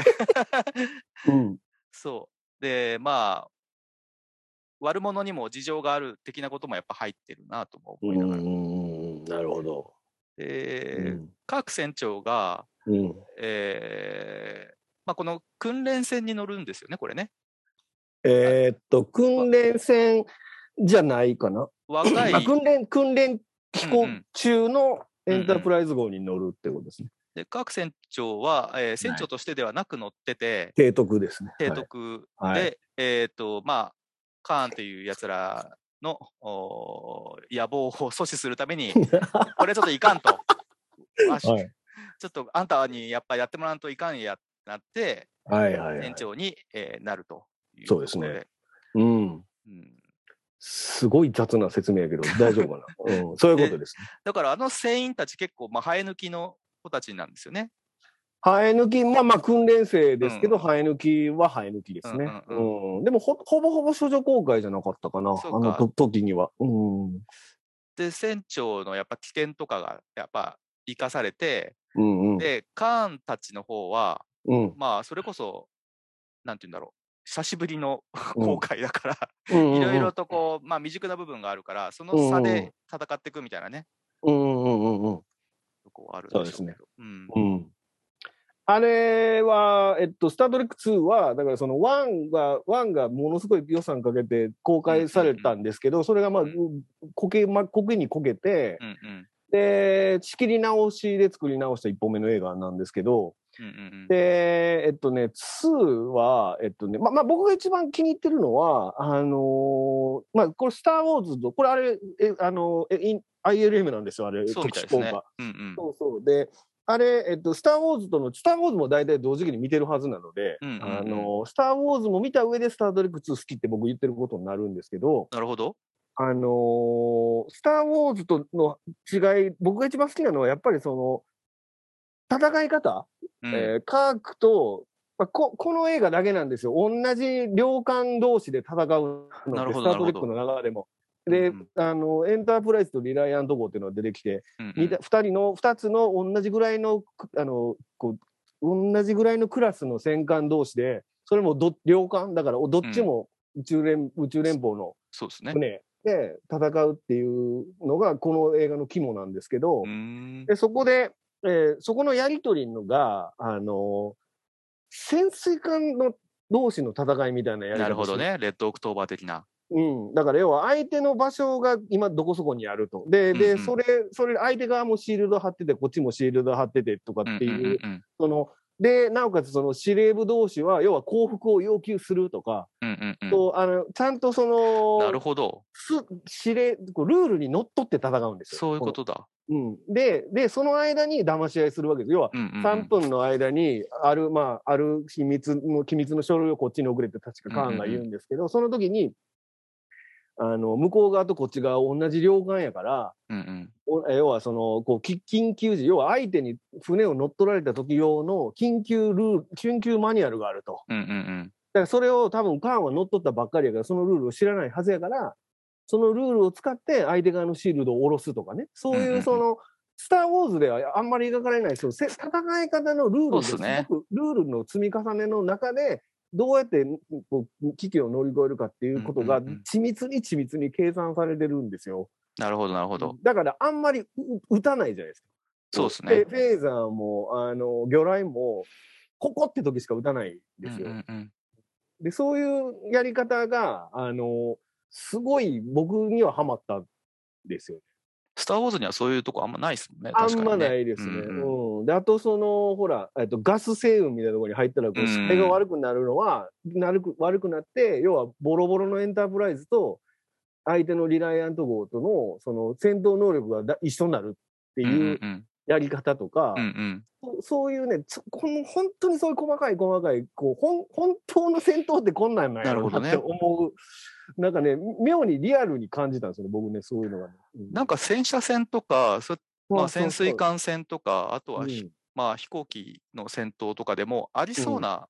Speaker 2: うん。
Speaker 1: そう。で、まあ、悪者にも事情がある的なこともやっぱ入ってるなとも
Speaker 2: う
Speaker 1: 思いながら。
Speaker 2: ん。なるほど。
Speaker 1: で、
Speaker 2: うん
Speaker 1: カーク船長が、
Speaker 2: うん。
Speaker 1: えーまあ、この訓練船に乗るんですよね、これね。
Speaker 2: えーっと、訓練船じゃないかな。
Speaker 1: 若い
Speaker 2: まあ、訓練、訓練飛
Speaker 1: う
Speaker 2: 行
Speaker 1: んうん
Speaker 2: 中のエンタープライズ号に乗るってことですね。
Speaker 1: でカーク船長は、えー船長としてではなく乗ってて、
Speaker 2: 提督ですね。
Speaker 1: 提
Speaker 2: はい
Speaker 1: 督で、
Speaker 2: はい
Speaker 1: えっ、と、まあ、カーンっていうやつらのおー野望を阻止するため に、これちょっといかんと。わし
Speaker 2: はい
Speaker 1: ちょっとあんたにやっぱやってもらわんといかんやなって、
Speaker 2: はいはいはい
Speaker 1: 店。長に、えーなるという
Speaker 2: そうですね
Speaker 1: ところ
Speaker 2: うん。
Speaker 1: うん
Speaker 2: すごい雑な説明やけど、大丈夫か な。うん、そういうことですね。
Speaker 1: だからあの船員たち結構、まあ、生え抜きの子たちなんですよね。
Speaker 2: 生え抜き、まあまあ訓練生ですけど、
Speaker 1: うん
Speaker 2: 生え抜きは生え抜きですね。
Speaker 1: う
Speaker 2: うんん
Speaker 1: う
Speaker 2: でもほ、ほぼほぼ処女公開じゃなかったかな、
Speaker 1: そう
Speaker 2: あの
Speaker 1: か
Speaker 2: と時には。うん。うん
Speaker 1: で、船長のやっぱ起点とかがやっぱ生かされて、
Speaker 2: うん。
Speaker 1: で、カーンたちの方は、
Speaker 2: うん。
Speaker 1: まあ、それこそ、なんて言うんだろう、久しぶりの
Speaker 2: うん
Speaker 1: 後悔だから、
Speaker 2: うんうんうん
Speaker 1: いろいろとこう、まあ、未熟な部分があるから、その差で戦っていくみたいなね、
Speaker 2: うんうんうんうん
Speaker 1: とこあるんでしょうけど。
Speaker 2: そうですね
Speaker 1: うん。
Speaker 2: うんあれは、えっと、スタートレック2は、だからその1が、1がものすごい予算かけて公開されたんですけど、それがまあ
Speaker 1: うん、
Speaker 2: こけ、ま、こけにこけて
Speaker 1: う、んうん。
Speaker 2: で、仕切り直しで作り直した一本目の映画なんですけど、
Speaker 1: うんうんうん。
Speaker 2: で、えっとね、2は、えっとね、ま、まあ、僕が一番気に入ってるのは、あのーまあ、これ、スター・ウォーズと、これ、あれ、えあのえイン ILM なんですよ、あれ、
Speaker 1: そうみたいです
Speaker 2: 特殊効
Speaker 1: ね
Speaker 2: 果。
Speaker 1: うんうん。
Speaker 2: そうそう。で、あれ、えっと、スター・ウォーズとの、スター・ウォーズも大体同時期に見てるはずなので、
Speaker 1: うんうんうん
Speaker 2: あの、スター・ウォーズも見た上で、スター・トレック2好きって僕言ってることになるんですけど、
Speaker 1: なるほど。
Speaker 2: あのースター・ウォーズとの違い、僕が一番好きなのは、やっぱりその、戦い方、
Speaker 1: うん
Speaker 2: えーカークと、まあこ、この映画だけなんですよ。同じ領艦同士で戦うのって
Speaker 1: なるほ
Speaker 2: ス
Speaker 1: ど
Speaker 2: ター・トレックの流れも。で、
Speaker 1: うんうん
Speaker 2: あの、エンタープライズとリライアント号っていうのが出てきて、
Speaker 1: うんうん
Speaker 2: 二人の二つの同じぐらいのくあのこう同じぐらいのクラスの戦艦同士でそれもど両艦だからおどっちも宇宙連、宇宙連邦の
Speaker 1: そうですね。
Speaker 2: 船で戦うっていうのがこの映画の肝なんですけど、
Speaker 1: うーん。
Speaker 2: でそこで、えーそこのやり取りのがあの潜水艦の同士の戦いみたいなやり方
Speaker 1: なるほど
Speaker 2: して
Speaker 1: ね。レッドオクトーバー的な。
Speaker 2: うん、だから要は相手の場所が今どこそこにあると。で、
Speaker 1: うん
Speaker 2: で、
Speaker 1: うん
Speaker 2: それ、それ相手側もシールド張ってて、こっちもシールド張っててとかってい
Speaker 1: う
Speaker 2: う、
Speaker 1: んうんうん
Speaker 2: その、で、なおかつその司令部同士は、要は降伏を要求するとか、
Speaker 1: うんうんうんうん
Speaker 2: とあのちゃんとそ
Speaker 1: なる
Speaker 2: の、
Speaker 1: ほど。
Speaker 2: す司令、こうルールにのっとって戦うんですよ。
Speaker 1: そういうことだ。
Speaker 2: の。うん。で、で、その間に騙し合いするわけです。要は、
Speaker 1: うんうんうん
Speaker 2: 3分の間にある、まあ、ある秘密の、機密の書類をこっちに送れって確かカーンが言うんですけど、その時に、あの、向こう側とこっち側同じ領艦やから、
Speaker 1: うんうん
Speaker 2: お要はその、こう、き緊急時、要は相手に船を乗っ取られた時用の緊急ルール、緊急マニュアルがあると。
Speaker 1: うんうんうん
Speaker 2: だからそれを多分カーンは乗っ取ったばっかりやから、そのルールを知らないはずやから、そのルールを使って相手側のシールドを下ろすとかね。そう
Speaker 1: うんうん
Speaker 2: いううんその、スター・ウォーズではあんまり描かれないそのせ戦い方のルール
Speaker 1: そうっすね
Speaker 2: ですごくルールの積み重ねの中で、どうやってこう危機を乗り越えるかっていうことが
Speaker 1: うんうんうん
Speaker 2: 緻密に緻密に計算されてるんですよ。
Speaker 1: なるほど、なるほど。
Speaker 2: だからあんまりう打たないじゃないですか。
Speaker 1: そうですね
Speaker 2: フェ。フェーザーも、あの、魚雷も、ここって時しか打たないんですよ。
Speaker 1: うんうんうん
Speaker 2: で、そういうやり方が、あの、すごい僕にはハマったんですよ。
Speaker 1: スター・ウォーズにはそういうとこあんまないですもんね。
Speaker 2: あ
Speaker 1: 確か
Speaker 2: ん
Speaker 1: にね
Speaker 2: まないですね。
Speaker 1: う
Speaker 2: うん
Speaker 1: うん
Speaker 2: んで、あとその、ほら、えっと、ガス星雲みたいなところに入ったら、こ
Speaker 1: う
Speaker 2: うん視界が悪くなるのは、なるく悪くなって、要はボロボロのエンタープライズと、相手のリライアント号との、その戦闘能力がだ一緒になるって
Speaker 1: うん
Speaker 2: いう
Speaker 1: うん
Speaker 2: やり方とか、
Speaker 1: うんうん
Speaker 2: そうそういうね、つこの本当にそういう細かい細かい、こう、ほん 本当の戦闘ってこんなんなんやろうなっ
Speaker 1: な
Speaker 2: て
Speaker 1: るほ
Speaker 2: 思う、なんかね、妙にリアルに感じたんですよね、僕ね、そういうのがね、うん
Speaker 1: なんか戦車戦とか、そまあ、
Speaker 2: そうそうそ
Speaker 1: 潜
Speaker 2: う
Speaker 1: 水艦戦とか、あとはひ、
Speaker 2: うん
Speaker 1: まあ、飛行機の戦闘とかでもありそうな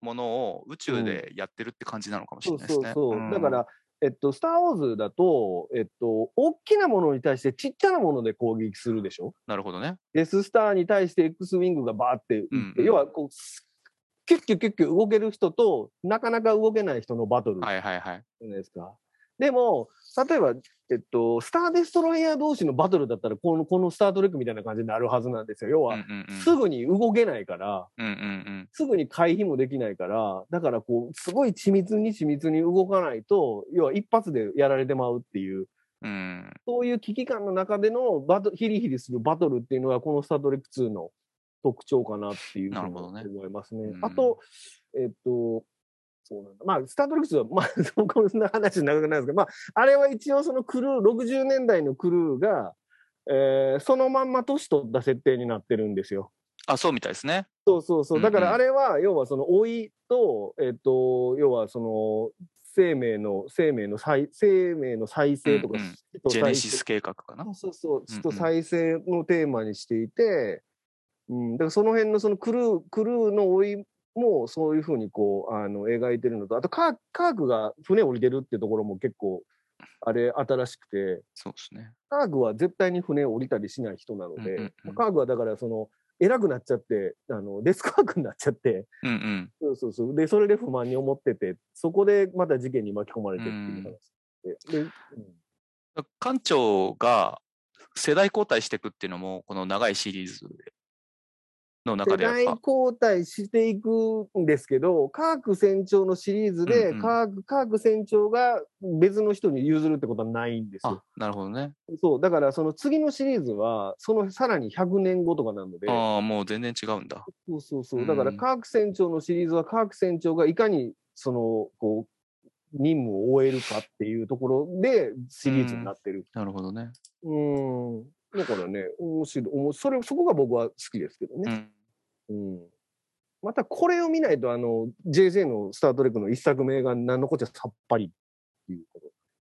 Speaker 1: ものを宇宙でやってるって感じなのかもしれ
Speaker 2: そう
Speaker 1: ないです
Speaker 2: そう
Speaker 1: ね。
Speaker 2: そう、
Speaker 1: ん
Speaker 2: だから、えっと、スター・ウォーズだと、えっと、大きなものに対してちっちゃなもので攻撃するでしょ
Speaker 1: なるほどね。
Speaker 2: デススターに対して X ウィングがバーっていって、
Speaker 1: うんうん
Speaker 2: 要はこう、キュッキュッキュッキュ動ける人と、なかなか動けない人のバトル。
Speaker 1: はいはいはい。
Speaker 2: じゃないですか。でも、例えば、えっと、スター・デストロイヤー同士のバトルだったら、この、このスター・トレックみたいな感じになるはずなんですよ。要
Speaker 1: うんう
Speaker 2: は、
Speaker 1: んうん
Speaker 2: すぐに動けないから、
Speaker 1: うんうん
Speaker 2: すぐに回避もできないから、だからこう、すごい緻密に緻密に動かないと、要は一発でやられてまうっていう、
Speaker 1: うんうん
Speaker 2: そういう危機感の中でのバト、ヒリヒリするバトルっていうのが、このスター・トレック2の特徴かなっていうふう
Speaker 1: なる
Speaker 2: に
Speaker 1: ほどね
Speaker 2: 思いますね。
Speaker 1: うん
Speaker 2: あと、えっと、そうなんだ。まあ、スター・トレック2は、まあ、そこんな話長くないですけど、まあ、あれは一応そのクルー、60年代のクルーが、えーそのまんま年取った設定になってるんですよ。
Speaker 1: あ、そうみたいですね。
Speaker 2: そうそうそう。だか
Speaker 1: うんう
Speaker 2: ら
Speaker 1: ん
Speaker 2: あれは、要はその老いと、えっと、要はその、生命の、生命の再、生命の再生とか、
Speaker 1: うんうん
Speaker 2: 死と
Speaker 1: ジ
Speaker 2: 再
Speaker 1: ェ
Speaker 2: 生
Speaker 1: ネシス計画かな。
Speaker 2: そうそうそう、ちょっ
Speaker 1: う
Speaker 2: と
Speaker 1: んうん
Speaker 2: 再生のテーマにしていて、うん、だからその辺のそのクルー、クルーの老いもそういうふうにこう、あの、描いてるのと、あとカー、カークが船降りてるってところも結構、あれ、新しくて、
Speaker 1: そうですね。
Speaker 2: カークは絶対に船降りたりしない人なので、
Speaker 1: うんうんうん
Speaker 2: カークはだからその、偉くなっちゃって、あの、デスクワークになっちゃって、
Speaker 1: うん
Speaker 2: そうそうそう。で、それで不満に思ってて、そこでまた事件に巻き込まれてっていう話で。で、うん
Speaker 1: うん。館長が世代交代していくっていうのも、この長いシリーズの中
Speaker 2: 世
Speaker 1: でやっ
Speaker 2: 代
Speaker 1: ぱ。
Speaker 2: 交代していくんですけど、カーク船長のシリーズで、
Speaker 1: うんうん
Speaker 2: カーク、カーク船長が別の人に譲るってことはないんですよ
Speaker 1: あ。、なるほどね。
Speaker 2: そう、だからその次のシリーズは、そのさらに100年後とかなので、
Speaker 1: ああ、もう全然違うんだ。
Speaker 2: そうそうそうう、
Speaker 1: ん
Speaker 2: だからカーク船長のシリーズは、カーク船長がいかにそのこう任務を終えるかっていうところでシリーズになってる。
Speaker 1: なるほどね。
Speaker 2: うん、だからね、面白い、おもそれそこが僕は好きですけど
Speaker 1: う
Speaker 2: ね。
Speaker 1: ん。
Speaker 2: うんまたこれを見ないと、あの、JJ のスター・トレックの一作目が何のこっちゃさっぱりっていうこと。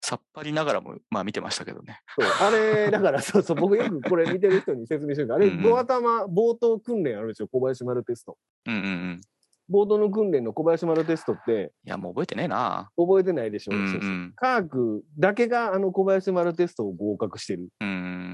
Speaker 1: さっぱりながらも、まあ見てましたけどね。
Speaker 2: そうあれ、だからそうそう、僕よくこれ見てる人に説明してるんで、あれ、
Speaker 1: うんうん
Speaker 2: ドア頭冒頭訓練あるでしょ、小林丸テスト。
Speaker 1: うんうんうん。
Speaker 2: 冒頭の訓練の小林丸テストって
Speaker 1: いや、もう覚えてねえな。
Speaker 2: 覚えてないでしょ。
Speaker 1: うん
Speaker 2: そう
Speaker 1: う。
Speaker 2: そうん科学だけがあの小林丸テストを合格してるっ
Speaker 1: うんう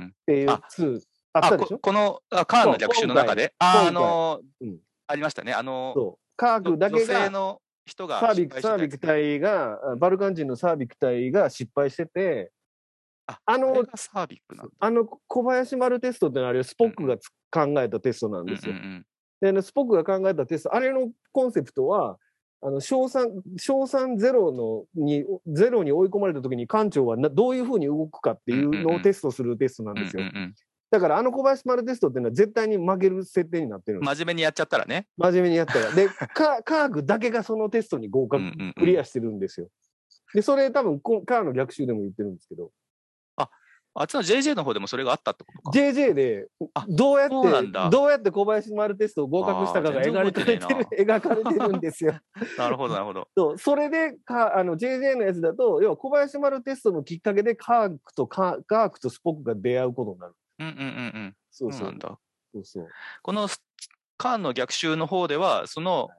Speaker 1: ん。
Speaker 2: ていう
Speaker 1: あ
Speaker 2: 2あったでし
Speaker 1: こ
Speaker 2: ょ
Speaker 1: このあカーンの逆襲の中で、
Speaker 2: 今
Speaker 1: あ
Speaker 2: 回
Speaker 1: あのー
Speaker 2: うん
Speaker 1: ありましたね、あのー
Speaker 2: そう。科学だ
Speaker 1: 女
Speaker 2: け
Speaker 1: 性
Speaker 2: が、
Speaker 1: の人が
Speaker 2: サービ
Speaker 1: 失
Speaker 2: ク、
Speaker 1: 敗して
Speaker 2: サ
Speaker 1: た
Speaker 2: ー
Speaker 1: や
Speaker 2: ビ
Speaker 1: つ
Speaker 2: ク隊が、あバルカン人のサービク隊が失敗してて、
Speaker 1: あ
Speaker 2: あ
Speaker 1: あ
Speaker 2: の
Speaker 1: れがサービックなんだ。
Speaker 2: あの小林丸テストってのはあれスポックがつ考えたテストなんですよ
Speaker 1: うん。うん
Speaker 2: であのスポックが考えたテスト、あれのコンセプトは、あの、賞賛、賞賛ゼロの、に、ゼロに追い込まれた時に艦長はなどういうふうに動くかっていうのをテストするテストなん
Speaker 1: うん
Speaker 2: ですよ
Speaker 1: うん。うん
Speaker 2: だからあの小林丸テストっていうのは絶対に負ける設定になってるんです。
Speaker 1: 真面目にやっちゃったらね。
Speaker 2: 真面目にやったら。で、か科学だけがそのテストに合格、
Speaker 1: うんうんうん
Speaker 2: クリアしてるんですよ。で、それ多分、こカーの逆襲でも言ってるんですけど、
Speaker 1: あっちの JJ の方でもそれがあったってことか。
Speaker 2: JJ で
Speaker 1: あ、
Speaker 2: どうやっ
Speaker 1: そうなん
Speaker 2: て、
Speaker 1: だ
Speaker 2: どうやって小林丸テストを合格したかが
Speaker 1: あー全
Speaker 2: 描
Speaker 1: 然
Speaker 2: かれて
Speaker 1: 覚え
Speaker 2: る、 描かれてるんですよ。
Speaker 1: なるほど、なるほど。
Speaker 2: そうそれでかあの JJ のやつだと要は小林丸テストのきっかけで科学と科科学とスポックが出会うことになる
Speaker 1: うんうんうん
Speaker 2: そ
Speaker 1: うん。
Speaker 2: う
Speaker 1: そう
Speaker 2: そ
Speaker 1: な
Speaker 2: うん
Speaker 1: だ。
Speaker 2: そうそう
Speaker 1: このスカーンの逆襲の方では、その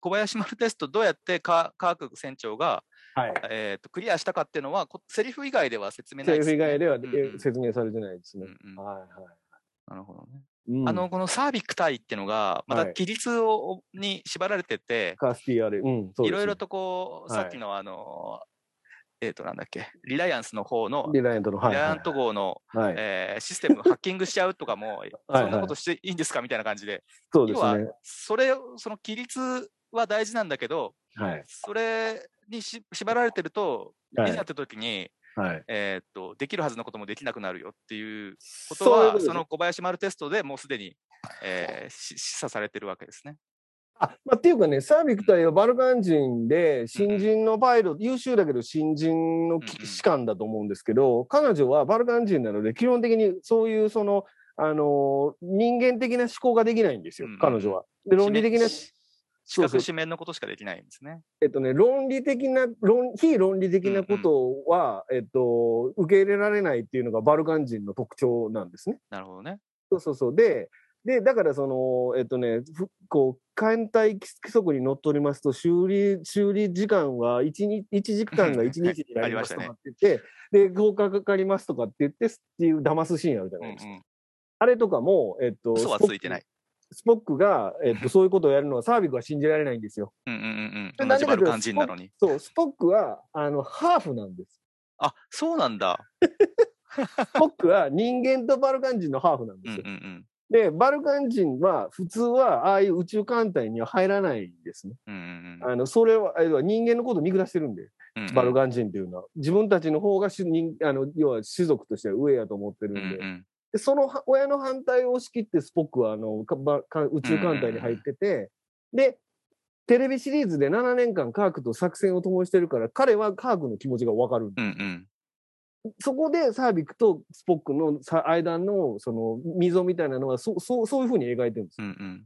Speaker 1: 小林丸テストどうやってカカーク船長が、
Speaker 2: はい
Speaker 1: えー、とクリアしたかっていうのは、こセリフ以外では説明ない
Speaker 2: セリ
Speaker 1: です、
Speaker 2: フ
Speaker 1: ね。
Speaker 2: 以外では、
Speaker 1: うん
Speaker 2: え
Speaker 1: うん
Speaker 2: 説明されてないですね、
Speaker 1: うんうん
Speaker 2: はいは
Speaker 1: なるほどね。
Speaker 2: い、うん
Speaker 1: あのこのサービック隊っていうのがまだ
Speaker 2: はい
Speaker 1: 規律を、に縛られてて、
Speaker 2: カースティーあれうんそうですね
Speaker 1: いろいろとこう、
Speaker 2: はい
Speaker 1: さっきのあのえっ、となんだっけリライアンスの方のリ
Speaker 2: リライアントのはい
Speaker 1: ライア
Speaker 2: は
Speaker 1: ント号の、
Speaker 2: い、はい
Speaker 1: えーシステムをハッキングしちゃうとかも
Speaker 2: はい
Speaker 1: そんなことしていいんですかみたいな感じで
Speaker 2: そうですね
Speaker 1: 要それをその規律は大事なんだけど
Speaker 2: はい
Speaker 1: それにし縛られてると、
Speaker 2: はい
Speaker 1: いざって時に、
Speaker 2: はい
Speaker 1: えーっとできるはずのこともできなくなるよっていうこと
Speaker 2: そういう
Speaker 1: は
Speaker 2: こと
Speaker 1: そ
Speaker 2: です
Speaker 1: の小林丸テストでもうすでに、えーし示唆されてるわけですね。
Speaker 2: あまあ、っていうかね、サービク隊はバルカン人で、新人のパイロット、優秀だけど新人の
Speaker 1: うんうん
Speaker 2: き士官だと思うんですけど、彼女はバルカン人なので、基本的にそういうその、あのー人間的な思考ができないんですよ
Speaker 1: うんうん、
Speaker 2: 彼女は。で、論理的な、
Speaker 1: 四
Speaker 2: そうそ
Speaker 1: 角
Speaker 2: う
Speaker 1: 四面のことしかできないんですね。
Speaker 2: えっとね、論理的な、論非論理的なことは、えっと、受け入れられないっていうのがバルカン人の特徴なんですね。
Speaker 1: なるほどね。
Speaker 2: そうそうそう。で、で、だからその、えっとね、ふこう、艦隊規則にのっとりますと、修理、修理時間は1日、一時間が1日 になりますとかって言って、で、合格かかりますとかって言って、っていう騙すシーンあるじゃ
Speaker 1: う
Speaker 2: なん
Speaker 1: う
Speaker 2: いですか。
Speaker 1: ん、
Speaker 2: あれとかも、えっと、
Speaker 1: 嘘はついてない。
Speaker 2: スポックが、え っと、そういうことをやるのはサービクは信じられないんですよ。
Speaker 1: うんうんう
Speaker 2: で
Speaker 1: ん。同
Speaker 2: なん
Speaker 1: じ
Speaker 2: で
Speaker 1: バ
Speaker 2: かという
Speaker 1: ル
Speaker 2: と
Speaker 1: カン人なのに。
Speaker 2: そう、スポックは、あの、ハーフなんです。
Speaker 1: あそうなんだ。
Speaker 2: スポックは人間とバルカン人のハーフなんで
Speaker 1: う
Speaker 2: す
Speaker 1: んう
Speaker 2: よ
Speaker 1: ん。うん。
Speaker 2: で、バルカン人は、普通は、ああいう宇宙艦隊には入らないんですね。
Speaker 1: うんうんうん
Speaker 2: あの、それは、要は人間のことを見下してるんで、
Speaker 1: うんうん。
Speaker 2: バルガン人っていうのは。自分たちの方が主人、あの、要は種族としては上やと思ってる
Speaker 1: うん
Speaker 2: で。
Speaker 1: ん
Speaker 2: でそのは親の反対を押し切って、スポックは、あの、かばか宇宙艦隊に入ってて、で、テレビシリーズで7年間科学と作戦を共にしてるから、彼は科学の気持ちがわかるんで。
Speaker 1: うん。うんうん。
Speaker 2: そこでサービックとスポックのさ間の、その、溝みたいなのは、そう、そう、そういうふうに描いてるんです
Speaker 1: う
Speaker 2: よ。
Speaker 1: ん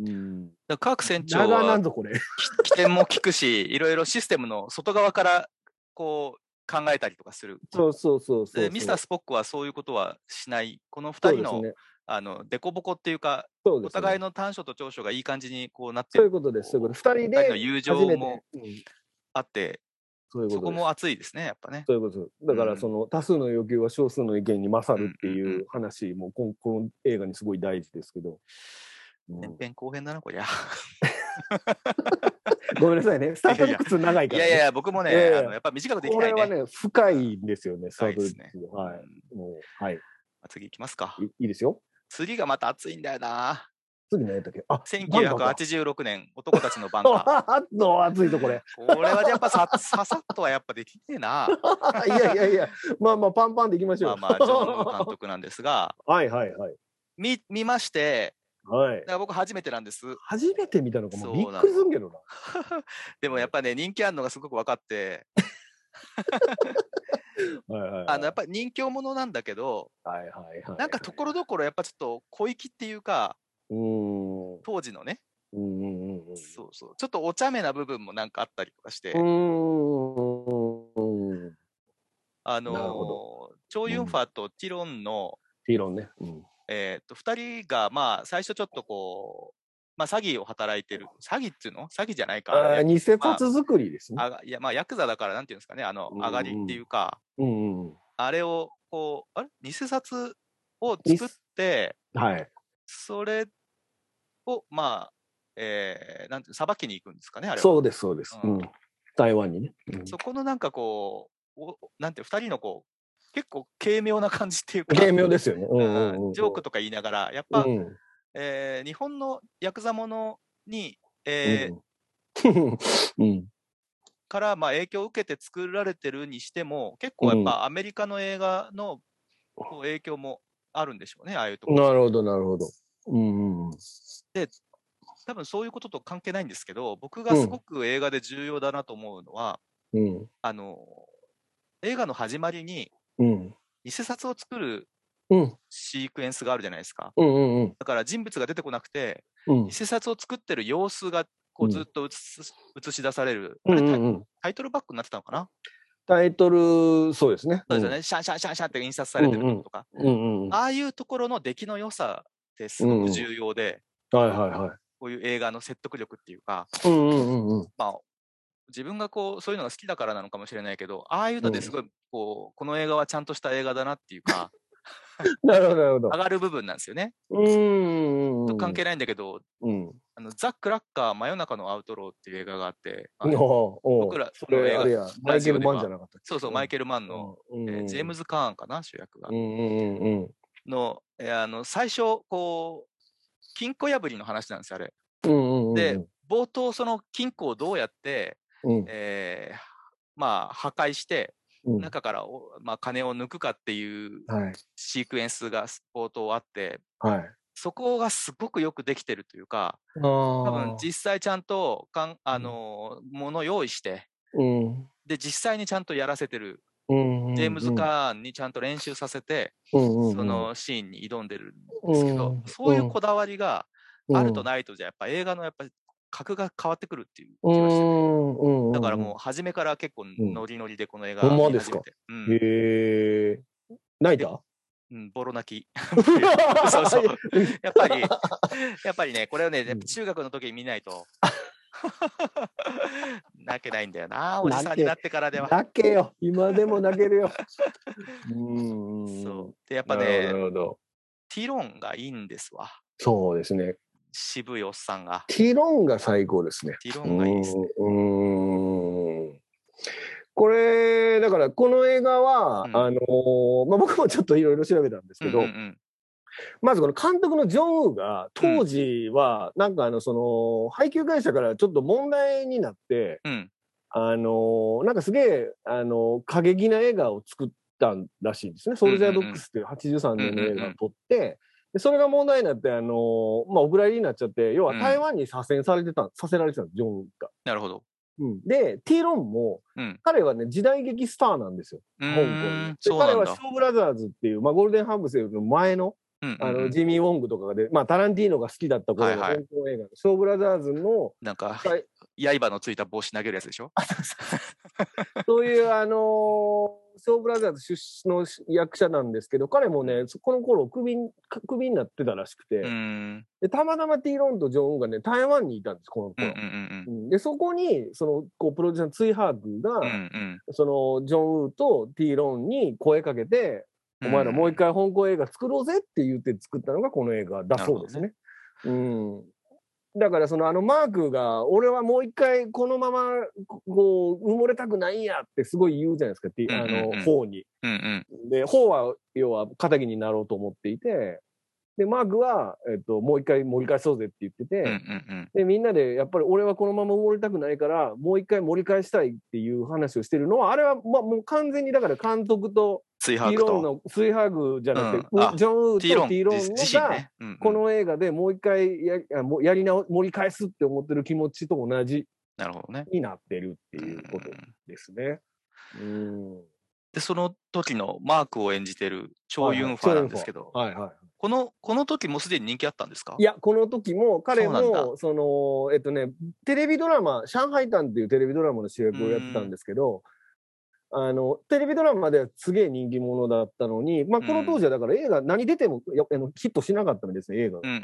Speaker 1: うん。
Speaker 2: うん。
Speaker 1: だからカーク船長
Speaker 2: 長な
Speaker 1: は
Speaker 2: んぞ、これ。
Speaker 1: き起点も聞くし、 いろいろシステムの外側からこう考えたりとかする。
Speaker 2: そうそうそうそうそう。
Speaker 1: でミスター・スポックはそういうことはしない、この2人
Speaker 2: そう
Speaker 1: の,、
Speaker 2: ですね
Speaker 1: あのデコボコっていうか、
Speaker 2: そうで
Speaker 1: お
Speaker 2: すね
Speaker 1: 互いの短所と長所がいい感じにこうなって
Speaker 2: そうい
Speaker 1: る
Speaker 2: うことです。そういうこと。二
Speaker 1: 二
Speaker 2: 人
Speaker 1: 人の
Speaker 2: で
Speaker 1: 友情
Speaker 2: 初めて、
Speaker 1: も
Speaker 2: うん
Speaker 1: あって、
Speaker 2: そういうこ
Speaker 1: そ
Speaker 2: とです
Speaker 1: こも熱いですね、やっぱね。
Speaker 2: そういうことですだか
Speaker 1: う
Speaker 2: ら
Speaker 1: ん
Speaker 2: その、多数の要求は少数の意見に勝るって
Speaker 1: うんうん
Speaker 2: いうう話もこんこの映画にすごい大事ですけど、うん
Speaker 1: 前編後編だな、こり ゃ。
Speaker 2: ごめん なさいねスタートリックス長い
Speaker 1: い
Speaker 2: から、
Speaker 1: や
Speaker 2: ね、
Speaker 1: いやいや、僕もね、
Speaker 2: いやいや
Speaker 1: あのやっぱ短くでき
Speaker 2: こ
Speaker 1: な
Speaker 2: れ
Speaker 1: い
Speaker 2: は
Speaker 1: ね。
Speaker 2: ね深いんですよねスタ
Speaker 1: 深い
Speaker 2: ート
Speaker 1: で
Speaker 2: リ
Speaker 1: す
Speaker 2: ッ
Speaker 1: ね
Speaker 2: クス、は
Speaker 1: うん
Speaker 2: いもうはい
Speaker 1: 次行きますか
Speaker 2: い。いいですよ
Speaker 1: 次がまた熱いんだよな。
Speaker 2: 次何やったっけあ
Speaker 1: 1986年、男たちのバンカ ー。
Speaker 2: あっと熱いぞこれ
Speaker 1: これはやっぱさ、ささっとはやっぱできねえな。
Speaker 2: いやいやいやまあまあパンパンでいきましょう
Speaker 1: まあ
Speaker 2: よ
Speaker 1: まあ、ジョンウ監督なんですが、
Speaker 2: はいはいはい
Speaker 1: 見、見まして、
Speaker 2: はい
Speaker 1: だから僕初めてなんです。
Speaker 2: 初めて見たのかも
Speaker 1: そう
Speaker 2: び
Speaker 1: なの
Speaker 2: っくりするけどな
Speaker 1: でもやっぱね、人気あるのがすごく分かって、
Speaker 2: はいはいはい
Speaker 1: あの、やっぱり人気者なんだけど、
Speaker 2: はいはいはい
Speaker 1: なんかところどころやっぱちょっと小粋っていうか、
Speaker 2: うーん
Speaker 1: 当時のね、
Speaker 2: うんうんうんうん
Speaker 1: そうそう、ちょっとお茶目な部分もなんかあったりとかして
Speaker 2: う、ーん。
Speaker 1: あ
Speaker 2: なる
Speaker 1: のー、チョ・ユンファとティロンの、
Speaker 2: 理論ね。うん。
Speaker 1: えーっと、2人が、まあ、最初ちょっとこう、まあ、詐欺を働いてる。詐欺っていうの詐欺じゃないか。
Speaker 2: あ
Speaker 1: あ
Speaker 2: あ、
Speaker 1: れ
Speaker 2: 偽札作りですね。
Speaker 1: あがいや、まあ、ヤクザだから、なんていうんですかね、あの、
Speaker 2: うん
Speaker 1: 上がりっていうか、
Speaker 2: うんうんうん。
Speaker 1: あれを、こう、あれ偽札を作って、
Speaker 2: はい。
Speaker 1: それを、まあ、えー、なんていうの、裁きに行くんですかね、あれは。
Speaker 2: そうです、そうです。
Speaker 1: う
Speaker 2: うんん。台湾にね。うん
Speaker 1: そこのなんかこう、おなんていう、2人のこう、結構軽妙な感じっていうか、
Speaker 2: 軽妙ですよね。うん
Speaker 1: う
Speaker 2: うんうん
Speaker 1: ん
Speaker 2: うん。
Speaker 1: ジョークとか言いながら、やっ
Speaker 2: う
Speaker 1: ぱ、
Speaker 2: ん。
Speaker 1: えー日本のヤクザものに、えー
Speaker 2: うん。うん。
Speaker 1: からまあ影響を受けて作られてるにしても、結構やっぱアメリカの映画のこう影響もあるんでしょうね、ああいうところ。
Speaker 2: なるほど、なるほど。うんうんうん。
Speaker 1: 多分そういうことと関係ないんですけど、僕がすごく映画で重要だなと思うのは、
Speaker 2: うん。
Speaker 1: あの映画の始まりに
Speaker 2: うん。
Speaker 1: 偽札を作る
Speaker 2: うん。
Speaker 1: シークエンスがあるじゃないですか。
Speaker 2: うんうんうん。
Speaker 1: だから人物が出てこなくて、
Speaker 2: うん
Speaker 1: 偽。札を作ってる様子がこう
Speaker 2: うん
Speaker 1: ずっと映す映し出される、
Speaker 2: うんう
Speaker 1: あれタイ
Speaker 2: んうん。
Speaker 1: タイトルバックになってたのかな、
Speaker 2: タイトル、そうですね。
Speaker 1: そうですよね、シャンシャンシャンシャンって印刷されてるとことか、
Speaker 2: うんうんうん。は
Speaker 1: ああいうところの出来の良さってすごく重要で、
Speaker 2: いはいは
Speaker 1: こういう映画の説得力っていうか、
Speaker 2: い。うんうんうんうん。
Speaker 1: まあ、自分がこうそういうのが好きだからなのかもしれないけど、ああいうのですごいこう、この映画はちゃんとした映画だなっていうか、
Speaker 2: なるほど、なるほど
Speaker 1: 上。がる部分なんですよね。
Speaker 2: うんうんうん。
Speaker 1: 関係ないんだけど、
Speaker 2: うん。
Speaker 1: あのザ・クラッカー真夜中のアウトローっていう映画があって、あの
Speaker 2: おうおう
Speaker 1: 僕ら
Speaker 2: そ
Speaker 1: の映
Speaker 2: れ
Speaker 1: 画
Speaker 2: あれや、マイケル・マンじゃなかったっ
Speaker 1: そうそう、マイケル・マンの、
Speaker 2: うん
Speaker 1: えージェームズ・カーンかな、主役が
Speaker 2: う。んうんうんうん
Speaker 1: の、えーあの最初、こう、金庫破りの話なんですよ、あれ。
Speaker 2: うんうんうん。
Speaker 1: で、冒頭、その金庫をどうやって、
Speaker 2: うん、
Speaker 1: えーまあ、破壊して、
Speaker 2: うん、
Speaker 1: 中からお、まあ、金を抜くかっていう
Speaker 2: はい、
Speaker 1: シークエンスが冒頭あって、
Speaker 2: はい。
Speaker 1: そこがすごくよくできてるというか、多
Speaker 2: 多
Speaker 1: 分実際ちゃんとかん、あのー、もの用意して、
Speaker 2: うん
Speaker 1: で、実際にちゃんとやらせてる、
Speaker 2: うんうん、
Speaker 1: ジェームズ・カーンにちゃんと練習させて、
Speaker 2: うんうんうん、
Speaker 1: そのシーンに挑んでるんですけ
Speaker 2: う
Speaker 1: ど
Speaker 2: ん、
Speaker 1: そういうこだわりがあると
Speaker 2: な
Speaker 1: ないとじゃ、やっぱ映画のやっぱ格が変わってくるっていう
Speaker 2: う
Speaker 1: 気がしてて
Speaker 2: んうんうん、
Speaker 1: だからもう初めから結構ノリノリでこの映画
Speaker 2: ほんま
Speaker 1: 見
Speaker 2: ですか
Speaker 1: 始めてう
Speaker 2: うんん。へえ。泣いた
Speaker 1: うん、ボロ泣き。
Speaker 2: そう
Speaker 1: そう
Speaker 2: うん
Speaker 1: やっぱり、やっぱりね、これをね、やっぱ中学の時に見ない と。泣けないんだよな、おじさんになってからでは。
Speaker 2: 泣けよ。今でも泣け るよ。うんうん。
Speaker 1: そう
Speaker 2: う。。
Speaker 1: で、やっぱ
Speaker 2: なるほど、な
Speaker 1: ね、
Speaker 2: るほど。
Speaker 1: ティロンがいいんですわ。
Speaker 2: そうですね。
Speaker 1: 渋いおっさんが。
Speaker 2: ティロンが最高ですね。
Speaker 1: ティロ
Speaker 2: う
Speaker 1: ンがいいですね。
Speaker 2: ーんこれだからこの映画は、
Speaker 1: うん
Speaker 2: あのーまあ、僕もちょっといろいろ調べたんですけど、
Speaker 1: うんうんうん
Speaker 2: まずこの監督のジョン・ウーが当時はなんかあのその配給会社からちょっと問題になって、
Speaker 1: うん
Speaker 2: あのーなんかすげえ、あのー過激な映画を作ったらしいんですね「ソルジャー・ブックス」っていう83年の映画を撮って。でそれが問題になって、あのーまあ、お蔵入りになっちゃって、要は台湾に左遷されてた、させられてたんです、ジョン・ウーが。
Speaker 1: なるほど。
Speaker 2: で、ティーロンも、
Speaker 1: うん
Speaker 2: 彼はね、時代劇スターなんですよ、
Speaker 1: う
Speaker 2: 香港
Speaker 1: ー
Speaker 2: に
Speaker 1: ん。
Speaker 2: で
Speaker 1: そう
Speaker 2: 彼
Speaker 1: なん
Speaker 2: はショ
Speaker 1: だ。
Speaker 2: ーブラザーズっていう、まあ、ゴールデンハーブセルの前の、
Speaker 1: うん
Speaker 2: あ
Speaker 1: うんう
Speaker 2: の、
Speaker 1: ん
Speaker 2: ジミー・ウォングとかがで、まあ、タランティーノが好きだった頃の
Speaker 1: はいは
Speaker 2: 香
Speaker 1: い
Speaker 2: 港映画の、ショーブラザーズの、
Speaker 1: なんか、
Speaker 2: はい
Speaker 1: 刃のついた帽子投げるやつでしょ
Speaker 2: そういう、あのー、ソーブラザーズ出身の役者なんですけど、彼もね、そこの頃、クビに、クビになってたらしくて、
Speaker 1: うん
Speaker 2: で、たまたまティーロンとジョンウンがね、台湾にいたんです、この
Speaker 1: うんうんう
Speaker 2: 頃。
Speaker 1: ん
Speaker 2: うんで、そこに、その、こう、プロデューサーのツイハーグが、
Speaker 1: うんうん
Speaker 2: その、ジョンウーとティーロンに声かけて、
Speaker 1: うん
Speaker 2: お前らもう一回香港映画作ろうぜって言って作ったのがこの映画だそうですね。うん。だからそのあのマークが、俺はもう一回このまま、こう、埋もれたくないんやってすごい言うじゃないですか、ってあ
Speaker 1: うん
Speaker 2: の
Speaker 1: うんうん、
Speaker 2: 方に。
Speaker 1: うんうん
Speaker 2: で、方は、要は、仇になろうと思っていて、で、マークは、えっと、もう一回盛り返そうぜって言ってて、
Speaker 1: うんうん
Speaker 2: で、みんなで、やっぱり俺はこのまま埋もれたくないから、もう一回盛り返したいっていう話をしてるのは、あれは、まあ、もう完全にだから監督と、
Speaker 1: ツイ
Speaker 2: テ
Speaker 1: ハー
Speaker 2: ィ
Speaker 1: ク
Speaker 2: ロ
Speaker 1: と
Speaker 2: ンの、スイハーグじゃなくて、
Speaker 1: うんあ
Speaker 2: うジョンウーと
Speaker 1: テ
Speaker 2: テ
Speaker 1: ィーロン
Speaker 2: ィーロン
Speaker 1: 自身
Speaker 2: が、
Speaker 1: ね。うんうん
Speaker 2: この映画でもう一回やあもうやり直、盛り返すって思ってる気持ちと同じ
Speaker 1: なるほどね。
Speaker 2: になってるっていうこと
Speaker 1: うん
Speaker 2: ですね。うん。
Speaker 1: で、その時のマークを演じてるチョウ・ユンファなんですけど、
Speaker 2: はいはい。
Speaker 1: この、この時もうすでに人気あったんですか
Speaker 2: いや、この時も彼
Speaker 1: そうなん
Speaker 2: も、その、えっとね、テレビドラマ、上海譚っていうテレビドラマの主役をやってたんですけど、あの、テレビドラマではすげえ人気者だったのに、まあ、この当時はだから映画、何出てもやあのヒットしなかったんですね、映画が
Speaker 1: うんう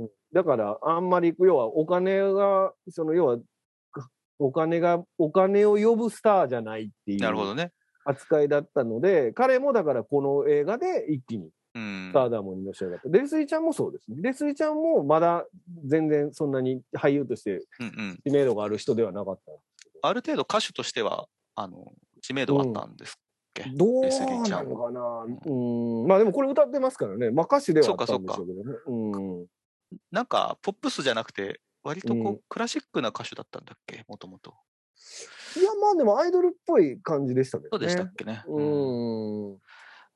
Speaker 1: んうん
Speaker 2: だから、あんまり、要はお金が、その、要は、お金が、お金を呼ぶスターじゃないって
Speaker 1: うん。
Speaker 2: い
Speaker 1: なるほど
Speaker 2: う
Speaker 1: ね。
Speaker 2: 扱いだったので、彼もだからこの映画で一気に
Speaker 1: うん
Speaker 2: スターダムにのし上がった。レスリーちゃんもそうですね。レスリーちゃんもまだ全然そんなに俳優として
Speaker 1: うんうん。
Speaker 2: 知名度がある人ではなかった。
Speaker 1: ある程度歌手としては、あの、知名度はあったんです。
Speaker 2: どう
Speaker 1: レスリーちゃ
Speaker 2: なんのかなうん。まあでもこれ歌ってますからね。まあ歌手ではあったんでしょうけどね。うん。
Speaker 1: なんか、ポップスじゃなくて、割とこ
Speaker 2: う
Speaker 1: う、クラシックな歌手だったんだっけもともと。
Speaker 2: いや、まあでもアイドルっぽい感じでしたけ
Speaker 1: そ
Speaker 2: ど
Speaker 1: う
Speaker 2: ね。
Speaker 1: でしたっけね。
Speaker 2: う
Speaker 1: うん
Speaker 2: ん。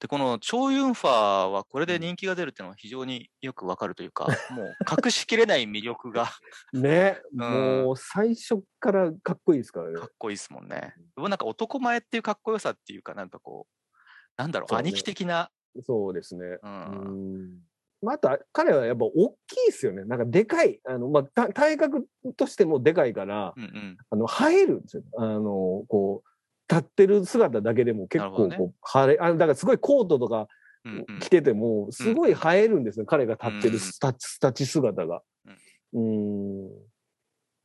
Speaker 1: で、このチョウ・ユンファーはこれで人気が出るっていうのは非常によくわかるという か、もう隠しきれない魅力が
Speaker 2: ね、
Speaker 1: ん
Speaker 2: もう最初からかっこいいですからね。
Speaker 1: かっこいいですもんね。でもなんか男前っていうかっこよさっていうか、なんかこう、なんだろう、
Speaker 2: そうね
Speaker 1: 兄貴的な、
Speaker 2: そうですね。
Speaker 1: う
Speaker 2: うんん。また彼はやっぱ大きいですよね。なんかでかい。あの、まあ、た体格としてもでかいから、
Speaker 1: うんうん、
Speaker 2: あの、生えるんですよ。あの、こう、立ってる姿だけでも結
Speaker 1: なるほど
Speaker 2: 構
Speaker 1: ね
Speaker 2: こう、晴れ、あの、だからすごいコートとか
Speaker 1: うんうん
Speaker 2: 着てても、すごい生えるんですよ。彼が立ってるスタ立ち姿が。うん。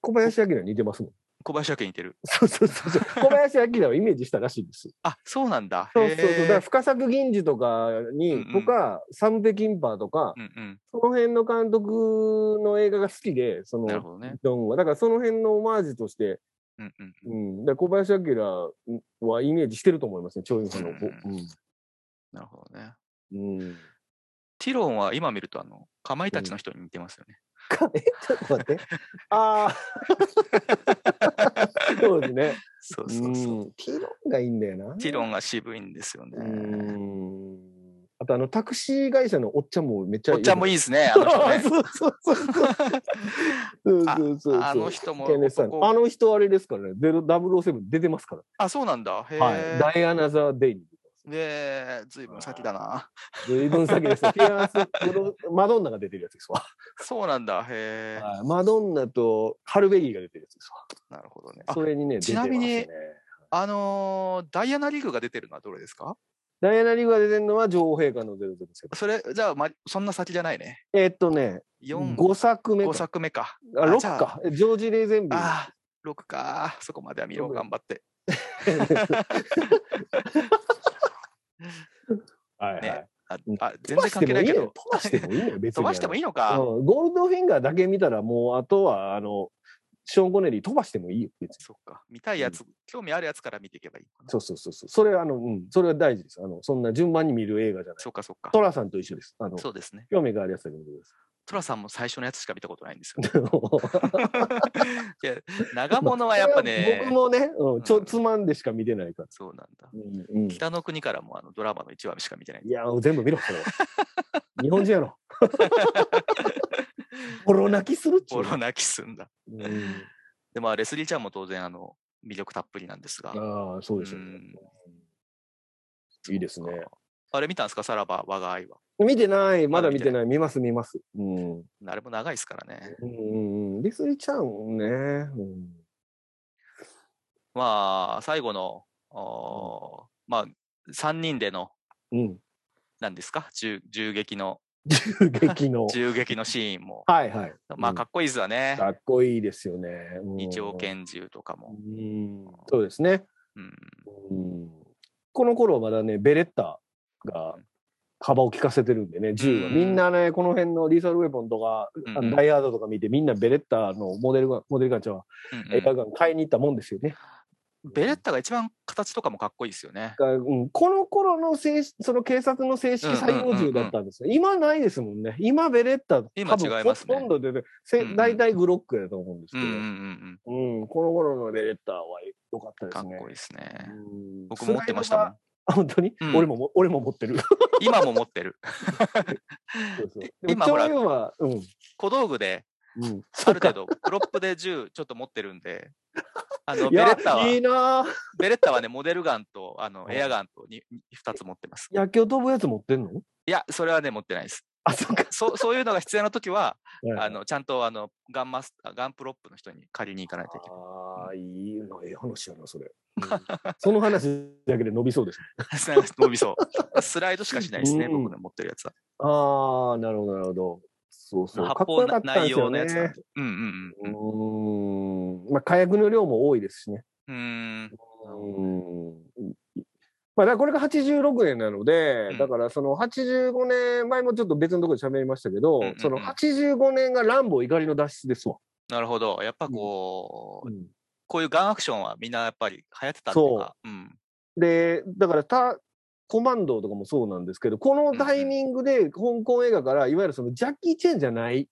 Speaker 2: 小林明に似てますもん。
Speaker 1: 小林明に似てる。
Speaker 2: そうそうそうそう。小林明をイメージしたらしいです。
Speaker 1: あ、そうなんだ。
Speaker 2: そうそうそう。
Speaker 1: へー
Speaker 2: だから深作銀次とかに、
Speaker 1: うんうん
Speaker 2: とか、サムペキンパーとか、
Speaker 1: うんうん。
Speaker 2: その辺の監督の映画が好きで、その、
Speaker 1: なるほどね。
Speaker 2: ジョンは。だからその辺のオマージュとして、
Speaker 1: うんうん。
Speaker 2: うん。だから小林明はイメージしてると思いますね、超優秀の。
Speaker 1: なるほどね。
Speaker 2: うん。うん。
Speaker 1: ティロンは今見ると、あの、かまいたちの人に似てますよね。
Speaker 2: かえ、ちょっと待って。ああ。 そうですね。
Speaker 1: そううそうそう。
Speaker 2: ん。ティロンがいいんだよな。
Speaker 1: ティロンが渋いんですよ
Speaker 2: う
Speaker 1: ね。
Speaker 2: ん。あとあの、タクシー会社のおっちゃんもめっちゃ
Speaker 1: おっちゃんも
Speaker 2: いい
Speaker 1: いいですね、あ
Speaker 2: よ
Speaker 1: の
Speaker 2: ね。
Speaker 1: 人ね。
Speaker 2: そうそうそう そう。そうそうそうそう
Speaker 1: あの人も
Speaker 2: ケネスさん
Speaker 1: 男
Speaker 2: あの人あれですからね、ゼロ007出てますか
Speaker 1: あ、そうなんだ。へ
Speaker 2: ら。はい。ダ
Speaker 1: え。
Speaker 2: イアナ・ザ・デイに出てます。
Speaker 1: で、ずいぶん先だ な。
Speaker 2: 随分先ですね。 フィアンスブロ、マドンナが出てるやつですわ。
Speaker 1: そうなんだ。へえ。
Speaker 2: はいマドンナとハルベリーが出てるやつです
Speaker 1: なるほどね。あ
Speaker 2: わ。そ、れにね、出
Speaker 1: ち
Speaker 2: てま
Speaker 1: な
Speaker 2: す
Speaker 1: みに
Speaker 2: ね。
Speaker 1: あのーダイアナリグが出てるのはどれですか
Speaker 2: ダイアナ・リーグが出てるのは女王陛下のゼロゼロですけど。
Speaker 1: それ、じゃあ、ま、そんな先じゃないね。
Speaker 2: えーっとね、
Speaker 1: 4、
Speaker 2: 5作目
Speaker 1: 5
Speaker 2: か。
Speaker 1: 作目か。
Speaker 2: あ、
Speaker 1: あ
Speaker 2: 6
Speaker 1: じゃあ
Speaker 2: か。えジョージ・レーゼンビー。
Speaker 1: ああ、6か。そこまでは見よう、
Speaker 2: ごめん
Speaker 1: 頑張って。
Speaker 2: はいは
Speaker 1: ね
Speaker 2: い。
Speaker 1: あ
Speaker 2: うん、
Speaker 1: あ全然関係ないけど。
Speaker 2: 飛ばしてもいいのよ、別に。
Speaker 1: 飛ばしてもいいのか。
Speaker 2: うんゴールドフィンガーだけ見たらもうあとはあのショーン・コネリー飛ばしてもいいよ別に
Speaker 1: そっか。見たいやつ、興味あるやつから見ていけばいいのかな。
Speaker 2: そうそうそうそうそれはあの、うん、それは大事ですあのそんな順番に見る映画じゃない
Speaker 1: そっか、そっか。
Speaker 2: トラさんと一緒ですあの
Speaker 1: そうですね。
Speaker 2: 興味があるやつだけ見てく
Speaker 1: トラさんも最初のやつしか見たことないん ですよね。
Speaker 2: ださ
Speaker 1: い
Speaker 2: い
Speaker 1: や、長物はやっぱね、
Speaker 2: 僕もね、うん、ちょ
Speaker 1: うん
Speaker 2: つまんでしか見てないから、
Speaker 1: そうなんだ。
Speaker 2: うんうんい
Speaker 1: 北の国からもあのドラマの1話しか見てない。
Speaker 2: や全部見ろそれ は日本人やろボロ泣きするっちゅ
Speaker 1: ボ
Speaker 2: う
Speaker 1: ロ泣きすんだ。
Speaker 2: の、うん、
Speaker 1: でも、レスリーちゃんも当然、あの、魅力たっぷりなんですが。
Speaker 2: ああそうですよね
Speaker 1: うん
Speaker 2: いいですね
Speaker 1: そうかあれ見たんですかさらば、我が愛は。
Speaker 2: 見てない、ま
Speaker 1: まだ
Speaker 2: だ
Speaker 1: 見
Speaker 2: 見
Speaker 1: て
Speaker 2: て
Speaker 1: な
Speaker 2: ない、見ます、見ます。うん。うん
Speaker 1: あれも長いですからね。
Speaker 2: うんうん。リスリちゃんね。うん
Speaker 1: まあ、最後の、おーまあ、3人での、
Speaker 2: うん。
Speaker 1: なんですか銃銃撃の、
Speaker 2: 銃撃の。
Speaker 1: 銃撃のシーン も。
Speaker 2: はいはい。
Speaker 1: まあ、かっこいいですわね。
Speaker 2: かっこいいですよね。うん
Speaker 1: 二丁。拳銃とかも。
Speaker 2: うん。そうですね。
Speaker 1: うん。
Speaker 2: うん。この頃まだね、ベレッタが幅を利かせてるんでね、銃は。
Speaker 1: うん
Speaker 2: みんなね、この辺のリーサルウェポンとか、
Speaker 1: うん
Speaker 2: あ
Speaker 1: うん
Speaker 2: のダイヤードとか見て、みんなベレッタのモデルガン、モデルガンちゃんは、
Speaker 1: うんうん
Speaker 2: エアガン買いに行ったもんですよね。
Speaker 1: ベレッタが一番形とかもかっこいいですよね。
Speaker 2: がうん、この頃の正式その警察の正式採用銃だったんですよ、今ないですもんね。今ベレッタ、
Speaker 1: 今
Speaker 2: 多分
Speaker 1: 違いますね
Speaker 2: ほとんど出て、
Speaker 1: うんう
Speaker 2: せ
Speaker 1: ん
Speaker 2: 大体グロックやと思うんです
Speaker 1: う
Speaker 2: け
Speaker 1: ん
Speaker 2: ど、
Speaker 1: う
Speaker 2: うん
Speaker 1: うんん
Speaker 2: この頃のベレッタは良かった
Speaker 1: うん。
Speaker 2: で
Speaker 1: かっこ
Speaker 2: すね。
Speaker 1: いいですね。
Speaker 2: うん
Speaker 1: 僕も持ってましたも
Speaker 2: スライドが
Speaker 1: ん。
Speaker 2: あ本当に、
Speaker 1: うん
Speaker 2: 俺もも俺も持ってる。
Speaker 1: 今も持ってる。
Speaker 2: そうそうでも
Speaker 1: 今ほら
Speaker 2: ちょうどは、うん、
Speaker 1: 小道具で、
Speaker 2: うん、
Speaker 1: ある程度、プロップで銃ちょっと持ってるんで、あの
Speaker 2: い
Speaker 1: ベレ
Speaker 2: や
Speaker 1: ッタは、
Speaker 2: いいなぁ。
Speaker 1: ベレッタはね、モデルガンとあの
Speaker 2: はい
Speaker 1: エアガンと 2, 2つ持ってます。
Speaker 2: 野球飛ぶやつ持ってんの？
Speaker 1: いや、それはね、持ってないです。
Speaker 2: あそっか。
Speaker 1: そうそういうのが必要な時は、あ
Speaker 2: の
Speaker 1: のちゃんとあのガンマスガンプロップの人に借りに行かないといけない
Speaker 2: あーいいのええ話やなそれ。 うんその話だけで伸びそうです。。
Speaker 1: 伸びそう。スライドしかしないですね、
Speaker 2: うん
Speaker 1: 僕の持ってるやつは。
Speaker 2: ああ、なるほど、なるほど。そうそう。
Speaker 1: 発
Speaker 2: かっこ
Speaker 1: 砲
Speaker 2: よかったんで
Speaker 1: 内
Speaker 2: すよ
Speaker 1: 容の
Speaker 2: ね
Speaker 1: やつなんで。うんうん
Speaker 2: う
Speaker 1: うんうん。
Speaker 2: ーん。まあ、火薬の量も多いですしね。
Speaker 1: うーん
Speaker 2: うーん。まあ、だからこれが86年なので、
Speaker 1: うん
Speaker 2: だからその85年、前もちょっと別のところで喋りましたけど、
Speaker 1: んうんうん
Speaker 2: その85年がランボー怒りの脱出ですわ。
Speaker 1: なるほど。やっぱこう、
Speaker 2: うん
Speaker 1: こういうガンアクションはみんなやっぱり流行ってたっていうか、うん。
Speaker 2: で、だからた、コマンドーとかもそうなんですけど、このタイミングで香港映画から、いわゆるそのジャッキー・チェンじゃない、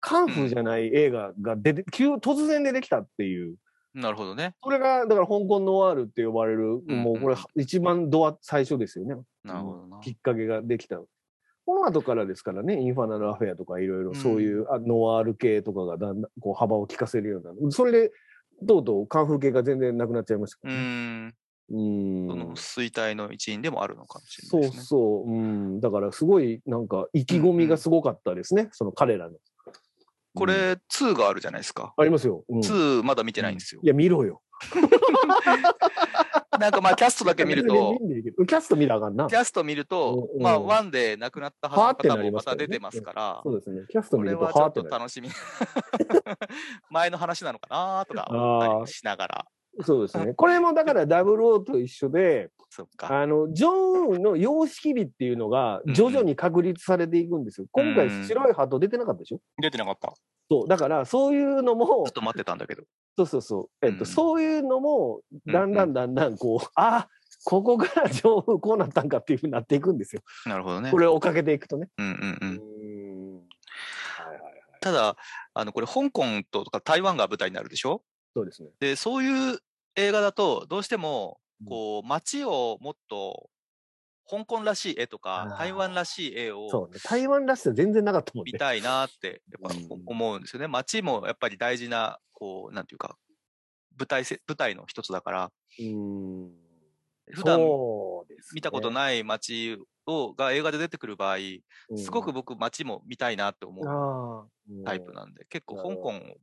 Speaker 2: カンフーじゃない映画が出て、急、突然出てきたっていう。
Speaker 1: なるほどね。
Speaker 2: それが、だから香港ノワールって呼ばれる、
Speaker 1: うん
Speaker 2: もうこれ一番ドア最初ですよね。
Speaker 1: なるほどな。
Speaker 2: きっかけができた。この後からですからね、インファナルアフェアとかいろいろそういうあノワール系とかがだんだんこう幅を利かせるようになる。それで、とうとうカンフー系が全然なくなっちゃいました
Speaker 1: う
Speaker 2: からね。
Speaker 1: ーん。
Speaker 2: うん
Speaker 1: その衰退の一因でもあるのかもしれ
Speaker 2: そ
Speaker 1: な
Speaker 2: う
Speaker 1: いですね。
Speaker 2: そう。うん。だからすごいなんか意気込みがすごかったですね。その彼らの。
Speaker 1: こ
Speaker 2: うん、
Speaker 1: れ、2があるじゃないですか。
Speaker 2: ありますよ。うん
Speaker 1: 2まだ見てないんですよ
Speaker 2: い。や、見ろよ。
Speaker 1: なんかまあ、キャストだけ見ると
Speaker 2: 別、に見んでいいけどキャスト見なあかんな
Speaker 1: キ。ャスト見ると
Speaker 2: う、ん
Speaker 1: まあ、1で亡くなったはずの方もまた
Speaker 2: パー
Speaker 1: 出
Speaker 2: ってな
Speaker 1: て
Speaker 2: り
Speaker 1: ま
Speaker 2: ますす
Speaker 1: か、
Speaker 2: からそうですね。キャスト
Speaker 1: こ
Speaker 2: 見
Speaker 1: れ
Speaker 2: ると
Speaker 1: はちょ
Speaker 2: はー
Speaker 1: っ
Speaker 2: って
Speaker 1: と
Speaker 2: なる。
Speaker 1: 楽しみ。 前の話なのかなとか思ったり
Speaker 2: あ
Speaker 1: もしながら。
Speaker 2: ーそうですね。これもだから00と一緒で、
Speaker 1: そっか。
Speaker 2: あの、ジョンウンの様式美っていうのが
Speaker 1: うんうん
Speaker 2: 徐々に確立されていくんですよ。今回
Speaker 1: うん
Speaker 2: 白いハート出てなかったでしょ
Speaker 1: 出てなかった。ち
Speaker 2: そう。だからそういうのも
Speaker 1: ょっ、と待ってたんだけど。
Speaker 2: そうそうそう。えっと、
Speaker 1: うん
Speaker 2: そういうのも、だんだんだんだんこう、あここからジョンウンこうなったんかっていうふうになっていくんですよ。
Speaker 1: なるほどね
Speaker 2: こ。れを追っかけていくとね。
Speaker 1: うんうんうん。
Speaker 2: うんはいはいはい。
Speaker 1: ただ、あのこれ、香港とか台湾が舞台になるでしょ
Speaker 2: そうですね。
Speaker 1: で、そういう映画だと、どうしても
Speaker 2: うん、
Speaker 1: こう、街をもっと、香港らしい絵と
Speaker 2: あ
Speaker 1: か、
Speaker 2: ー
Speaker 1: 台湾らしい絵を
Speaker 2: そうね。台湾らしさ全然なかったもん
Speaker 1: 見
Speaker 2: ね。
Speaker 1: たいなって、やっぱ
Speaker 2: うん
Speaker 1: 思うんですよね。街もやっぱり大事な、こう、なんていうか、舞台せ、舞台の一つだから、
Speaker 2: うん。
Speaker 1: 普段
Speaker 2: そうですね
Speaker 1: 見たことない街を、が映画で出てくる場合、すごく僕、街も見たいなって思う
Speaker 2: あー
Speaker 1: タイプなんで、結構
Speaker 2: な
Speaker 1: 香
Speaker 2: るほ
Speaker 1: 港、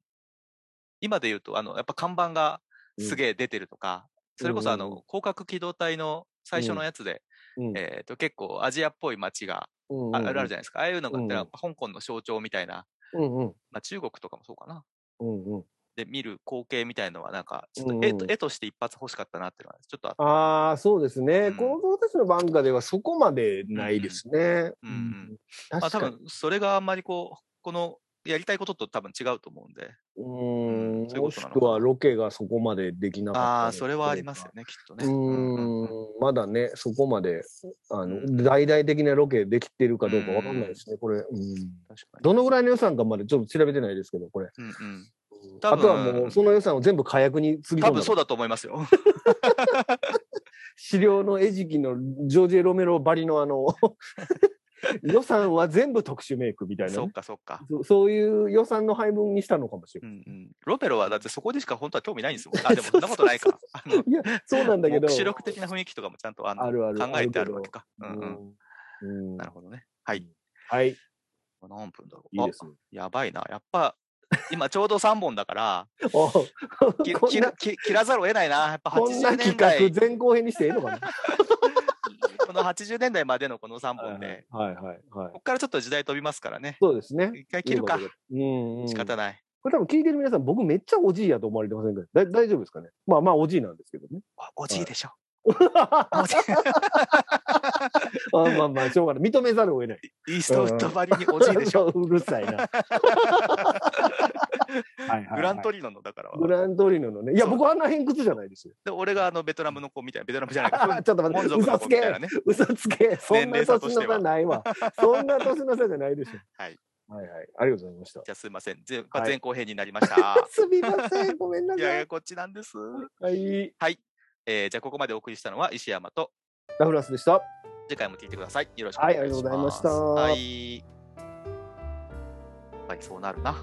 Speaker 1: 今で言うと、あの、やっぱ看板がすげえ出てるとか、それこそあ
Speaker 2: うんうんう
Speaker 1: の、広角機動隊の最初のやつで、
Speaker 2: うん
Speaker 1: えっと、結構アジアっぽい街が
Speaker 2: うんうん
Speaker 1: ああるじゃないですか。ああいうのがあったら
Speaker 2: うん
Speaker 1: 香港の象徴みたいな、
Speaker 2: うんうん
Speaker 1: まあ中国とかもそうかな。
Speaker 2: うんうん
Speaker 1: で、見る光景みたいのはなんか、ちょっと絵
Speaker 2: うん
Speaker 1: と
Speaker 2: うん
Speaker 1: 絵として一発欲しかったなっていうのは、ちょっとあった
Speaker 2: ああ、そうです
Speaker 1: う
Speaker 2: ね。
Speaker 1: ん
Speaker 2: この子たちの番下ではそこまでないですね。
Speaker 1: うんうんまあ
Speaker 2: 確
Speaker 1: 多
Speaker 2: かに。
Speaker 1: 分、それがあんまりこう、この、やりたいことと多分違うと思うんで。
Speaker 2: う
Speaker 1: うん
Speaker 2: ん。
Speaker 1: そういう
Speaker 2: も
Speaker 1: こと
Speaker 2: し
Speaker 1: なのかな
Speaker 2: くはロケがそこまでできなかったり。
Speaker 1: ああ、それはありますよね、きっとね。
Speaker 2: う
Speaker 1: うんうん
Speaker 2: ん。まだね、そこまで、あ
Speaker 1: う
Speaker 2: の、
Speaker 1: ん
Speaker 2: 大々的なロケできてるかどうかわかんないですね、これ。うん。
Speaker 1: 確かに。
Speaker 2: どのぐらいの予算かまでちょっと調べてないですけど、これ。
Speaker 1: うんうん。
Speaker 2: うん
Speaker 1: 多分
Speaker 2: あとはもう、その予算を全部火薬につぎ込
Speaker 1: 多
Speaker 2: んだ
Speaker 1: 分そうだと思いますよ。
Speaker 2: 資料の餌食のジョージ・ロメロばりの あの、予算は全部特殊メイクみたいな ね、
Speaker 1: そうか、そうか。
Speaker 2: そそういう予算の配分にしたのかもしれ
Speaker 1: う
Speaker 2: ない。
Speaker 1: んうん、ロペロはだってそこでしか本当は興味ないんですも ん。あ、でもそんなことないか。あの
Speaker 2: いや、 そうなんだけど。
Speaker 1: 目視録的な雰囲気とかもちゃんとあの
Speaker 2: あるある
Speaker 1: 考えてあるわけか。
Speaker 2: う
Speaker 1: うんうん
Speaker 2: んうん
Speaker 1: なるほどね。はい。
Speaker 2: はい。い
Speaker 1: 何分だろう。
Speaker 2: いですね。
Speaker 1: あやばいな。やっぱ今ちょうど3本だ から、
Speaker 2: おこ
Speaker 1: き
Speaker 2: ん
Speaker 1: 切
Speaker 2: な
Speaker 1: らき切らざるを得ないな。やっぱ
Speaker 2: こん
Speaker 1: 80
Speaker 2: な
Speaker 1: 年代
Speaker 2: 企画、前後編にしていい のかな
Speaker 1: この80年代までのこの3
Speaker 2: はい
Speaker 1: 本で、
Speaker 2: はいはいはい
Speaker 1: こ。こからちょっと時代飛びますからね。
Speaker 2: そうですね。
Speaker 1: 一回切るか
Speaker 2: とい。うことで。うん、うん。
Speaker 1: 仕方ない。
Speaker 2: これ多分聞いてる皆さん、僕めっちゃおじいやと思われてませんかだ大丈夫ですかねまあまあおじいなんです けどね。
Speaker 1: おおじいでしょ。
Speaker 2: あ
Speaker 1: おじい
Speaker 2: まあまあ、しょうがない。認めざるを得ない。
Speaker 1: イーストウッドばりにおじいでしょ。
Speaker 2: ょ うるさ いな。はいはいはい
Speaker 1: グラントリノのだから。
Speaker 2: グラントリノのね。いや、
Speaker 1: そう
Speaker 2: 僕あんな偏屈じゃないですよ。
Speaker 1: で俺があのベトナムの子みたいな、ベトナムじゃない
Speaker 2: あ
Speaker 1: か。
Speaker 2: ちょっと待っ
Speaker 1: モン
Speaker 2: て、
Speaker 1: 族の
Speaker 2: 嘘
Speaker 1: 子
Speaker 2: つ
Speaker 1: みたいな
Speaker 2: け、
Speaker 1: ね。
Speaker 2: 嘘つけ、そん
Speaker 1: 年
Speaker 2: な
Speaker 1: 齢差と
Speaker 2: 年
Speaker 1: して
Speaker 2: の
Speaker 1: は
Speaker 2: 差な いわ。そんな年の差じゃないでしょ。
Speaker 1: はい。
Speaker 2: はいはい。ありがとうござい ました。
Speaker 1: じゃあすいません。前
Speaker 2: はい
Speaker 1: 前後編になりま した。
Speaker 2: すみません、ごめんない
Speaker 1: やい
Speaker 2: さい
Speaker 1: や、。こっちなんです。
Speaker 2: はい。
Speaker 1: えーじゃあここまでお送りしたのは石山と、
Speaker 2: ラフランスでした。
Speaker 1: 次回も聞いてください。よろしくお願いします。
Speaker 2: はいありがとうございました
Speaker 1: はい。やっぱりそうなるな。